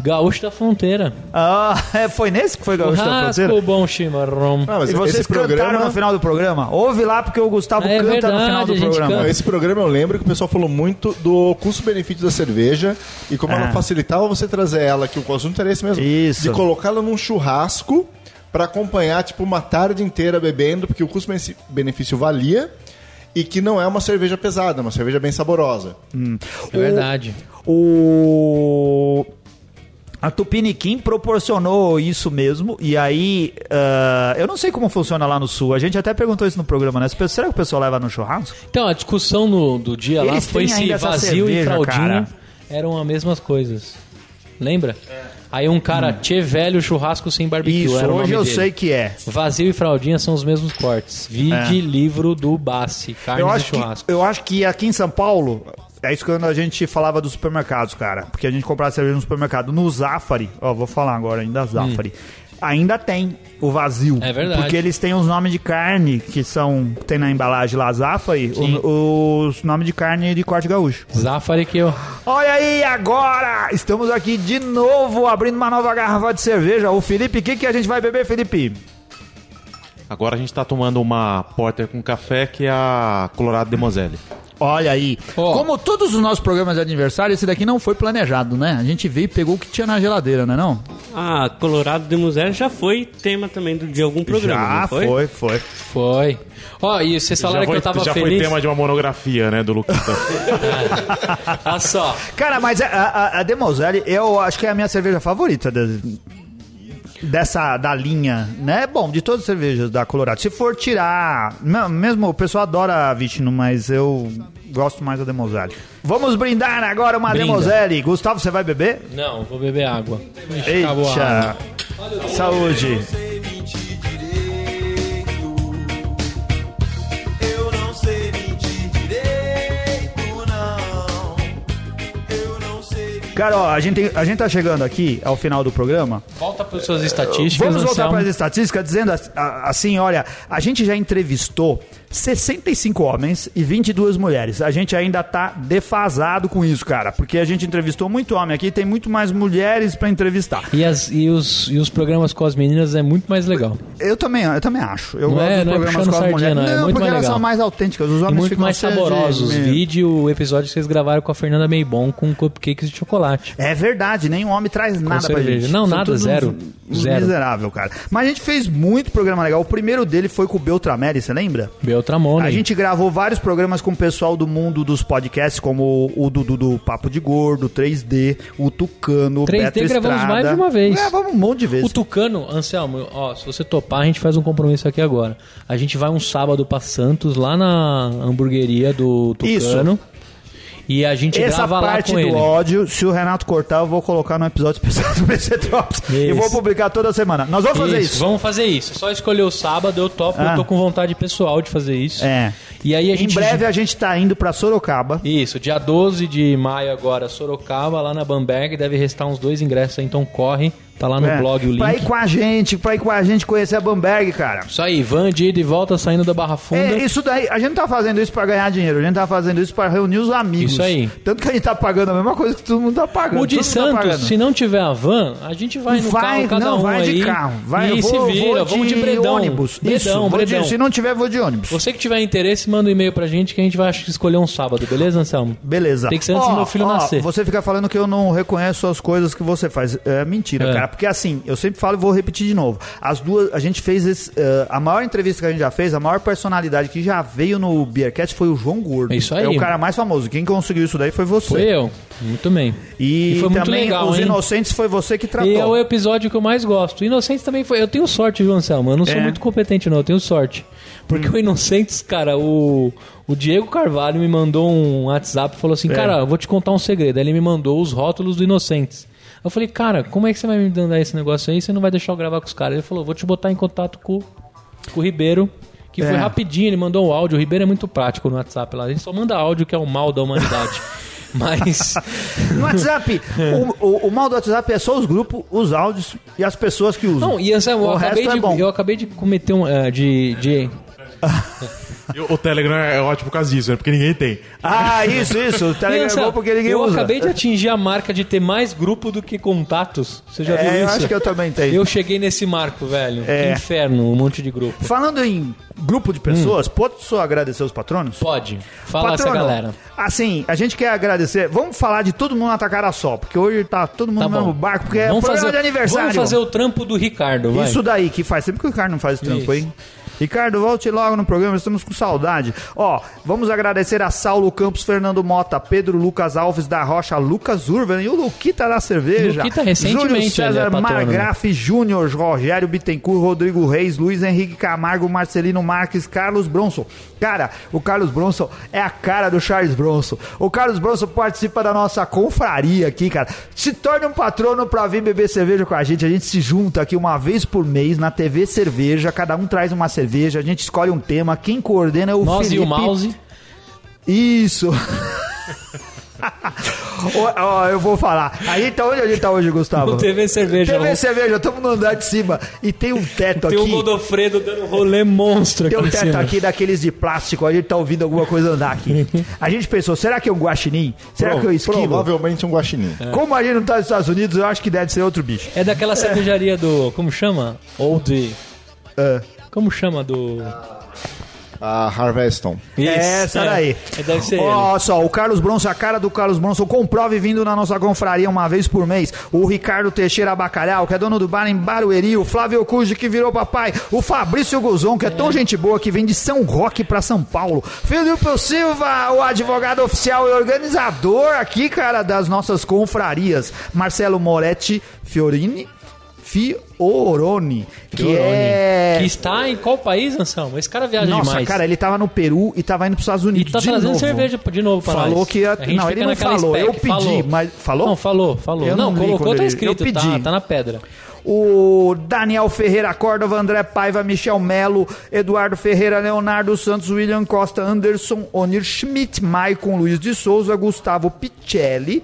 Gaúcho da Fronteira.
Ah, é, foi nesse que foi Gaúcho da Fronteira?
Churrasco bom chimarrão.
Ah, mas
E vocês
esse programa,
cantaram no final do programa? Ouve lá porque o Gustavo
É
canta no
verdade,
final do
a gente
programa.
Não,
canta.
esse programa eu lembro que o pessoal falou muito do custo-benefício da cerveja e como ela facilitava você trazer ela, que o assunto era esse mesmo.
É. Isso.
De colocá-la num churrasco pra acompanhar, tipo, uma tarde inteira bebendo, porque o custo-benefício valia e que não é uma cerveja pesada, é uma cerveja bem saborosa.
Ah,
É verdade.
O a Tupiniquim proporcionou isso mesmo, e aí ah, eu não sei como funciona lá no sul. A gente até perguntou isso no programa, né? Se- Será que o pessoal leva no churrasco?
Então, a discussão no- do dia lá
Eles
foi
têm ainda
se
essa
vazio e
cerveja,
fraldinha
cara.
eram as mesmas coisas. Lembra?
É.
Aí um cara, tchê velho, churrasco sem barbecue.
Hum. isso,
era o
hoje
nome
eu
dele.
sei que é.
Vazio e fraldinha são os mesmos cortes. Vide livro do Bassi, carnes
Eu
e
acho, que,
é churrasco.
eu acho que aqui em São Paulo, é isso quando a gente falava dos supermercados, cara. Porque a gente comprava cerveja no supermercado. No Zafari, ó, vou falar agora ainda Zafari. Ainda tem o vazio.
Hum. É verdade.
Porque eles têm os nomes de carne que são. Tem na embalagem lá, Zafari,
Sim.
o- os nomes de carne de corte gaúcho.
Zafari que eu...
Olha aí, agora! Estamos aqui de novo abrindo uma nova garrafa de cerveja. O Felipe, o que, que a gente vai beber, Felipe?
Agora a gente tá tomando uma porter com café que é a Colorado Demoiselle.
Olha aí.
Ó.
Como todos os nossos programas de aniversário, esse daqui não foi planejado, né? A gente veio e pegou o que tinha na geladeira, né não?
Ah, Colorado de Museu já foi tema também do- de algum programa, não foi?
foi.
Foi. Ó, e vocês falaram
já foi,
que eu tava
já foi
feliz.
tema de uma monografia, né, do Luquita.
Olha só.
Cara, mas é, a, a, a Demoselle, eu acho que é a minha cerveja favorita das- dessa, da linha, né? Bom, de todas as cervejas da Colorado. Se for tirar... não, mesmo, o pessoal adora a Vishnu, mas eu gosto mais da Demoselle. Vamos brindar agora uma
Brinda.
Demoselle. Gustavo, você vai beber?
Não, vou beber água. Ixi, acabou a água.
Eita. Saúde.
sei mentir direito. Eu não sei mentir direito, não. Eu não sei mentir.
Cara, ó, a gente, a gente tá chegando aqui ao final do programa.
Volta para suas estatísticas,
É, Vamos voltar
Anselmo.
para as estatísticas, dizendo as- a- assim: olha, a gente já entrevistou 65 homens e 22 mulheres. A gente ainda tá defasado com isso, cara, porque a gente entrevistou muito homem aqui, tem muito mais mulheres para entrevistar.
E, as, e, os, e os programas com as meninas é muito mais legal.
Eu também, eu também acho. Eu
Não
gosto
é-
dos
não é
programas
puxando
com as
sardinha,
mulheres.
não, é muito
porque
mais
elas
legal.
são mais autênticas, os
E
homens
muito
ficam
mais
assim,
saborosos.
de-
Vídeo, o episódio que vocês gravaram com a Fernanda Meibon com cupcakes de chocolate.
É verdade, nenhum homem traz nada pra
cerveja.
gente.
Não,
São
nada,
todos
zero.
uns
Zero.
Miserável, cara. Mas a gente fez muito programa legal. O primeiro dele foi com o Beltramere, você lembra?
Beltramone.
A gente gravou vários programas com o pessoal do mundo dos podcasts, como o Dudu do Papo de Gordo, 3D, o Tucano, o
3D
Beto
gravamos
Estrada.
mais de uma vez.
Gravamos um monte de
O
vezes.
Tucano, Anselmo, ó, se você topar, a gente faz um compromisso aqui agora. A gente vai um sábado pra Santos, lá na hamburgueria do Tucano. E a gente
Essa
grava lá com
parte do
ele.
ódio, se o Renato cortar, eu vou colocar no episódio especial do BC Drops. E
Isso.
vou publicar toda semana. Nós vamos fazer isso.
Vamos fazer isso. É Só escolher o sábado, eu topo,
Ah.
eu tô com vontade pessoal de fazer isso.
É.
E aí a
Em
gente.
breve a gente tá indo pra Sorocaba.
Isso, dia 12 de maio agora, Sorocaba, lá na Bamberg, deve restar uns dois ingressos aí, então corre, tá lá no
É,
blog o
Pra
link.
ir com a gente, pra ir com a gente conhecer a Bamberg, cara.
Isso aí, van de ida e volta saindo da Barra Funda.
É, isso daí, a gente não tá fazendo isso pra ganhar dinheiro, a gente tá fazendo isso pra reunir os amigos.
Isso aí.
Tanto que a gente tá pagando a mesma coisa que todo mundo tá pagando.
O de
todo mundo tá
Santos,
pagando.
se não tiver a van, a gente vai no
vai,
carro, cada
não,
um
vai
aí.
de carro. Vai,
e
eu
se
vou,
vira,
vou
vamos de,
de
Bredão.
ônibus.
Bredão,
isso, vou de-
Bredão.
se não tiver, vou de ônibus.
Você que tiver interesse, manda um e-mail pra gente que a gente vai acho que escolher um sábado, beleza, Anselmo?
Beleza.
Tem que ser antes do meu filho nascer.
Você fica falando que eu não reconheço as coisas que você faz. É mentira,
É.
cara. Porque assim, eu sempre falo e vou repetir de novo. As duas, a gente fez esse, eh, a maior entrevista que a gente já fez, a maior personalidade que já veio no Beercast foi o João Gordo.
É isso aí.
É o cara mais famoso. Quem conseguiu isso daí foi você.
Foi eu. Muito bem.
E,
E foi muito
também
legal,
os
hein?
inocentes foi você que tratou.
E é o episódio que eu mais gosto. Inocentes também foi. Eu tenho sorte, viu, Anselmo? Eu não sou
É. Hum.
muito competente, não. Eu tenho sorte. Porque o Inocentes, cara, o, o Diego Carvalho me mandou um WhatsApp e falou
É.
assim: Cara, eu vou te contar um segredo. Aí ele me mandou os rótulos do Inocentes. Eu falei, cara, como é que você vai me mandar esse negócio aí? Você não vai deixar eu gravar com os caras. Ele falou, vou te botar em contato com, com o Ribeiro, que foi
É.
rapidinho, ele mandou o áudio. O Ribeiro é muito prático no WhatsApp lá. Ele só manda áudio, que é o mal da humanidade. Mas.
No WhatsApp, o, o- o mal do WhatsApp é só os grupos, os áudios e as pessoas que usam.
Não, e Anselmo,
o
eu acabei,
resto
de,
é bom.
eu acabei de cometer um. eh, de, de-
E o- o Telegram é ótimo por causa disso, né? Porque ninguém tem.
Ah, isso, isso. O
E,
Telegram é
Anselmo,
bom porque ninguém
eu
usa.
acabei de atingir a marca de ter mais grupo do que contatos. Você já viu
É, eu
isso?
acho que eu também tenho.
Eu cheguei nesse marco, velho.
É.
Que inferno, um monte de grupo.
Falando em grupo de pessoas, pode só agradecer os patronos?
Pode. Fala essa galera.
Assim, a gente quer agradecer. Vamos falar de todo mundo na tacara só, porque hoje tá todo mundo
Tá
no mesmo
bom.
barco, porque é programa
fazer,
de aniversário.
Vamos fazer o trampo do Ricardo, vai.
Isso daí que faz tempo que o Ricardo não faz trampo,
Isso.
hein? Ricardo, volte logo no programa, estamos com saudade. Ó, vamos agradecer a Saulo Campos, Fernando Mota, Pedro Lucas Alves da Rocha, Lucas Urban e o Luquita da Cerveja.
Luquita, recentemente,
Júlio
ele
César
é patrono.
Margraf Júnior, Rogério Bittencourt, Rodrigo Reis, Luiz Henrique Camargo, Marcelino Marques, Carlos Bronson. Cara, o Carlos Bronson é a cara do Charles Bronson. O Carlos Bronson participa da nossa confraria aqui, cara. Se torne um patrono pra vir beber cerveja com a gente. A gente se junta aqui uma vez por mês na TV Cerveja. Cada um traz uma cerveja, a gente escolhe um tema. Quem coordena é o
Nós e
Felipe.
o mouse.
Isso. Ó, ó, eu vou falar. A gente tá onde a gente tá hoje, Gustavo?
O TV Cerveja.
TV Cerveja, estamos no andar de cima e tem um teto
Tem o
aqui.
Godofredo dando um rolê monstro aqui
Tem um
em
teto
cima.
aqui daqueles de plástico, a gente tá ouvindo alguma coisa andar aqui. A gente pensou, será que é um guaxinim? Será que eu esquivo?
Provavelmente um guaxinim.
né?
Como a gente não tá nos Estados Unidos, eu acho que deve ser outro bicho.
É daquela cervejaria do. Como chama? Old.
É.
Como chama do.
A Harveston.
Isso,
É, essa daí.
É, deve ser ele.
Ó, só, o Carlos Bronson, a cara do Carlos Bronson, comprove vindo na nossa confraria uma vez por mês. O Ricardo Teixeira Bacalhau, que é dono do bar em Barueri, o Flávio Cujo, que virou papai, o Fabrício Guzon, que é, tão gente boa, que vem de São Roque pra São Paulo. Filipe Silva, o advogado oficial e organizador aqui, cara, das nossas confrarias. Marcelo Moretti Fiorini. Fioroni, que
Fioroni.
é...
Que está em qual país, Anselmo? Esse cara viaja
Nossa,
demais.
cara, ele tava no Peru e tava indo pros Estados
e
Unidos.
tá
de
trazendo
novo.
cerveja de novo pra
Falou
nós.
que ia-
A gente
não,
fica
ele não
naquela
falou, eu
spec.
pedi, mas- falou?
Não, falou, falou.
Eu
não,
não li
colocou,
quando
tá
ele-
escrito,
eu pedi.
Tá, tá na pedra.
O Daniel Ferreira Córdova, André Paiva, Michel Melo, Eduardo Ferreira, Leonardo Santos, William Costa, Anderson, Onir Schmidt, Maicon Luiz de Souza, Gustavo Picelli,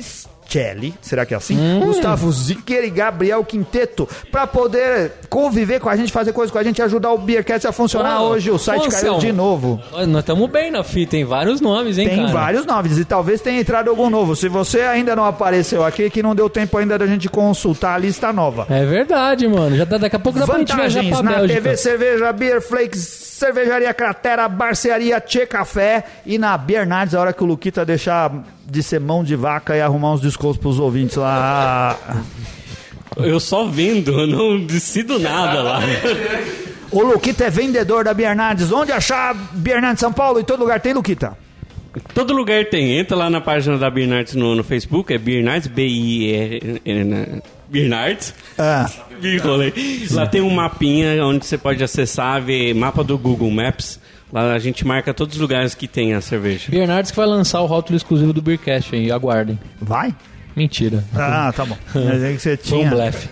Picelli, será que é assim? Gustavo Zicker e Gabriel Quinteto, pra poder conviver com a gente, fazer coisas com a gente, ajudar o Beercast a funcionar
Ô,
hoje. O site
ô,
caiu
Anselmo.
de novo.
Nós estamos bem na fita, tem vários nomes, hein,
Tem
cara?
vários nomes e talvez tenha entrado algum novo. Se você ainda não apareceu aqui, que não deu tempo ainda da gente consultar a lista nova.
É verdade, mano. Já dá, daqui a pouco dá pra gente viajar
Vantagens
pra
na
Bélgica.
TV Cerveja, Beer Flakes, Cervejaria Cratera, Barcearia Tchê Café e na Bernardes, a hora que o Luquita deixar de ser mão de vaca e arrumar uns descontos pros ouvintes lá.
Eu só vendo, eu não decido nada lá.
o Luquita é vendedor da Bernardes. Onde achar Bernardes São Paulo? Em todo lugar tem Luquita.
Todo lugar tem. Entra lá na página da Beer Nights no, no Facebook, é Beer Nights, B-I-R... Bernard.
É.
Ah,
Ih, rolei. Lá tem um mapinha onde você pode acessar, ver mapa do Google Maps. Lá a gente marca todos os lugares que tem a cerveja.
Bernardes que vai lançar o rótulo exclusivo do Beercast aí, aguardem.
vai?
Mentira.
Ah, tá bom. Mas é que você
Foi um
tinha.
blefe.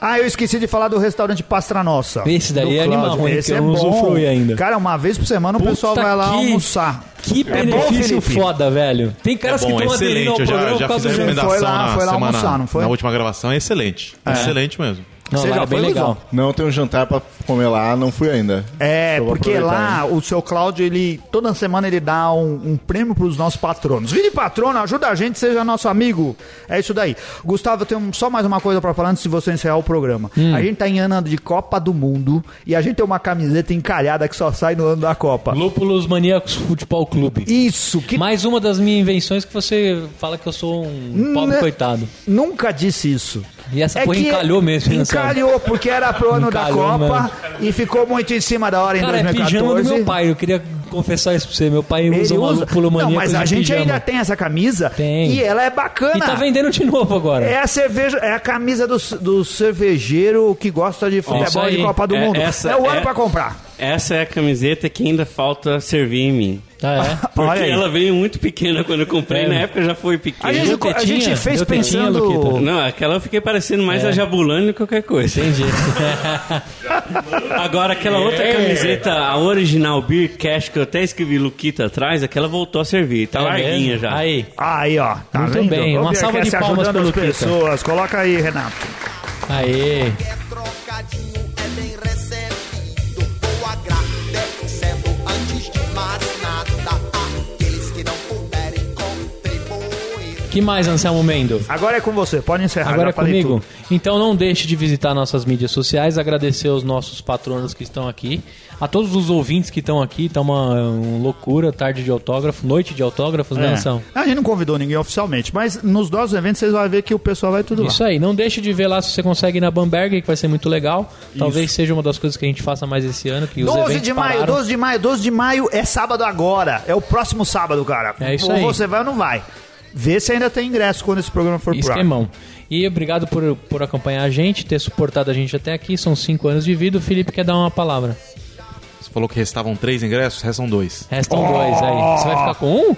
Ah, eu esqueci de falar do restaurante Pastra Nossa.
Esse daí
Do
é
Cláudio.
animal, hein,
Esse
que eu
é
não
bom.
usufruí ainda.
Cara, uma vez por semana o
Puta
pessoal vai lá
que-
almoçar.
Que
É bom,
benefício
Felipe?
foda, velho. Tem caras
bom,
que
é
estão aderindo ao
excelente. Eu
programa
já,
por
já fiz
causa
a
do
Foi
recomendação
lá-
na
foi lá
semana,
almoçar, não foi?
na última gravação. É excelente. Excelente mesmo.
Não, lá era bem legal.
Não tem um jantar pra comer lá, não fui ainda.
É,
Eu vou
porque
aproveitar,
lá o seu Cláudio, ele toda semana ele dá um, um prêmio pros nossos patronos. Vire patrono, ajuda a gente, seja nosso amigo. É isso daí. Gustavo, eu tenho só mais uma coisa pra falar antes de você encerrar o programa.
Hum.
A gente tá em ano de Copa do Mundo e a gente tem uma camiseta encalhada que só sai no ano da Copa.
Lúpulos Maníacos Futebol Clube.
Isso, que
Mais uma das minhas invenções que você fala que eu sou um pobre
Né?
coitado.
Nunca disse isso. É
E essa porra encalhou mesmo, hein, Anselmo?
Encalhou, porque era pro ano da
Encalhou,
Copa
mano.
e ficou muito em cima da hora em
Cara, é
2014.
pijama do meu pai. Eu queria confessar isso pra você. Meu pai usa uma Lúpulo
Não,
Maníacos
mas a
de
gente
pijama.
ainda tem essa camisa
Tem.
e ela é bacana.
E tá vendendo de novo agora.
É a cerveja, é a camisa do, do cervejeiro que gosta de futebol
aí.
de Copa do
É,
Mundo.
essa
é o ano
é-
pra comprar.
Essa é a camiseta que ainda falta servir em mim.
Ah, é?
Porque
Olha aí.
ela veio muito pequena quando eu comprei,
É.
na época já foi
A
pequena.
gente,
Deu
a gente
tetinha?
fez
Deu tetinha,
pensando.
Luquita?
Não, aquela eu fiquei parecendo mais a Jabulani do que qualquer coisa.
Entendi.
Agora, aquela outra camiseta, a original Beer Cash, que eu até escrevi Luquita atrás, aquela voltou a servir. Tá larguinha já.
É Aí.
Aí, ó. Tá
Muito
vendo?
bem,
Ô,
uma
Bianca,
salva de
se
palmas
ajudando
pelo
as
Pita.
pessoas. Coloca aí, Renato.
Aí.
É trocadinho, é bem recebido. Vou agradecendo antes de mais nada. Aqueles que não puderem contribuir.
Que mais, Anselmo Mendo?
Agora é com você, pode encerrar.
Agora
já
é
falei
comigo.
tudo.
Então não deixe de visitar nossas mídias sociais, agradecer aos nossos patronos que estão aqui, a todos os ouvintes que estão aqui. Tá uma, uma loucura, tarde de autógrafo, noite de autógrafos, né,
É.
Anselmo?
A gente não convidou ninguém oficialmente, mas nos nossos eventos vocês vão ver que o pessoal vai tudo
Isso
lá.
aí, não deixe de ver lá se você consegue ir na Bamberg, que vai ser muito legal. Talvez seja uma das coisas que a gente faça mais esse ano, que os
12
eventos
de maio,
pararam.
12 de maio, 12 de maio é sábado agora. É o próximo sábado, cara.
É isso
ou
aí.
você vai ou não vai. Vê se ainda tem ingresso quando esse programa for pro ar.
Esquemão. é E obrigado por, por acompanhar a gente, ter suportado a gente até aqui. São cinco anos de vida. O Felipe quer dar uma palavra.
Você falou que restavam três ingressos, restam dois.
Restam dois aí. Você vai ficar com um?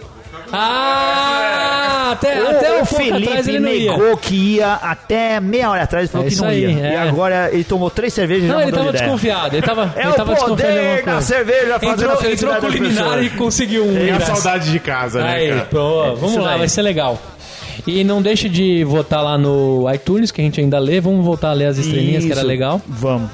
Ah! Até,
O-
até
o
um pouco atrás
Felipe
ele não ia.
negou que ia até meia hora atrás, ele falou
É
que
isso
não
aí,
ia.
é.
E agora ele tomou três cervejas e
Não,
já
ele
mudou
tava
de ideia.
desconfiado. Ele tava,
É
ele
o
tava desconfiando de
poder
alguma
da
coisa.
cerveja fazendo a
entrou,
felicidade
entrou
das
culinária e
pessoas.
conseguiu um.
E a
ingresso.
saudade de casa, né,
Aí,
cara?
pô, vamos
isso
lá,
daí.
vai ser legal. E não deixe de votar lá no iTunes, que a gente ainda lê. Vamos voltar a ler as estrelinhas, que era
Isso.
legal.
Vamos.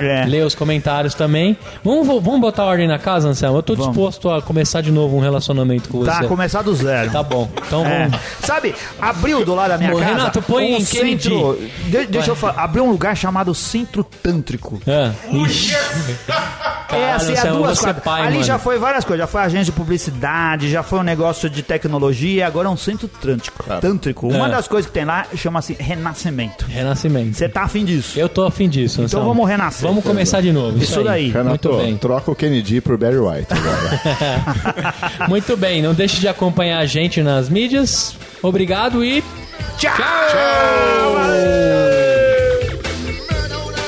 É.
Lê os comentários também. Vamos, vo- vamos botar ordem na casa, Anselmo? Eu tô
Vamos.
disposto a começar de novo um relacionamento com
Tá,
você.
começar do zero.
Tá bom. Então
É.
vamos.
Sabe, abriu do lado da minha
Ô,
casa.
Renato, põe
um
em Kennedy.
centro. De- deixa eu falar. Abriu um lugar chamado Centro Tântrico.
Ah, ixi.
é, assim, é
Anselmo,
um
duas
você
quadras.
pai,
Ali
mano.
já foi várias coisas. Já foi agência de publicidade, já foi um negócio de tecnologia. Agora é um centro tântrico. tântrico. Uma
É.
das coisas que tem lá chama-se Renascimento.
Renascimento.
Você tá afim disso?
Eu tô afim disso,
Então
Anselmo.
vamos renascer.
Vamos começar de novo. Isso,
Isso daí.
Renato,
Muito bem.
troca o Kennedy por Barry White agora.
Então, Muito bem. Não deixe de acompanhar a gente nas mídias. Obrigado e
Let's dance and shout
Tchau!
I'm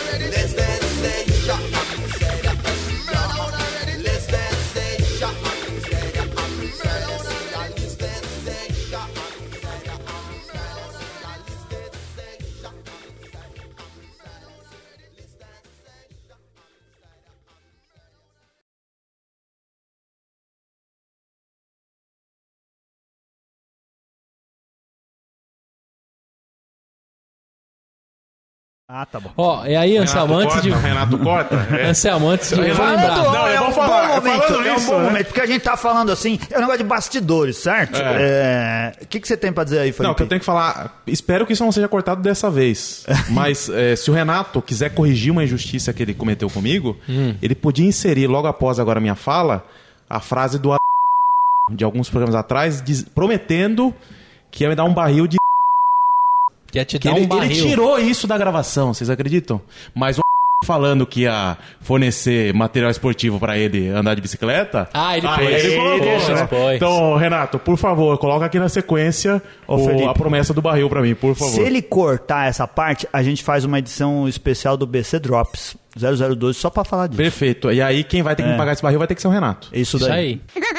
Zeta. Let's dance and shout I'm Zeta. I'm Zeta. Let's dance and shout I'm Zeta. I'm Zeta. Let's dance and shout I'm Zeta. I'm Zeta. Let's dance and shout I'm Zeta.
Ah, tá bom.
Ó, e aí, Anselmo, antes
corta,
de.
Renato corta? É.
Anselmo, antes de eu
Renato,
lembrar.
Não, é bom falar.
um bom momento,
Falando
é um
isso,
bom
né?
momento, porque a gente tá falando assim, é um negócio de bastidores, certo? É, O que, que você tem pra dizer aí, Felipe?
Não, que eu tenho que falar. Espero que isso não seja cortado dessa vez. Mas é, se o Renato quiser corrigir uma injustiça que ele cometeu comigo,
Hum.
ele podia inserir logo após agora a minha fala a frase do a- de alguns programas atrás, diz- prometendo que ia me dar um barril de.
Ia te
Que
dar
ele,
um
ele
barril.
tirou isso da gravação, vocês acreditam? Mas o falando que ia fornecer material esportivo pra ele andar de bicicleta.
Ah, ele
aí
pôs.
ele colocou,
Ele deixa,
né?
pôs.
Então, Renato, por favor, coloca aqui na sequência
Ô,
o-
Felipe.
a promessa do barril pra mim, por favor.
Se ele cortar essa parte, a gente faz uma edição especial do BC Drops 002 só pra falar disso.
É.
Perfeito. E aí quem vai ter que me pagar esse barril vai ter que ser o Renato.
Isso
Isso
daí.
aí.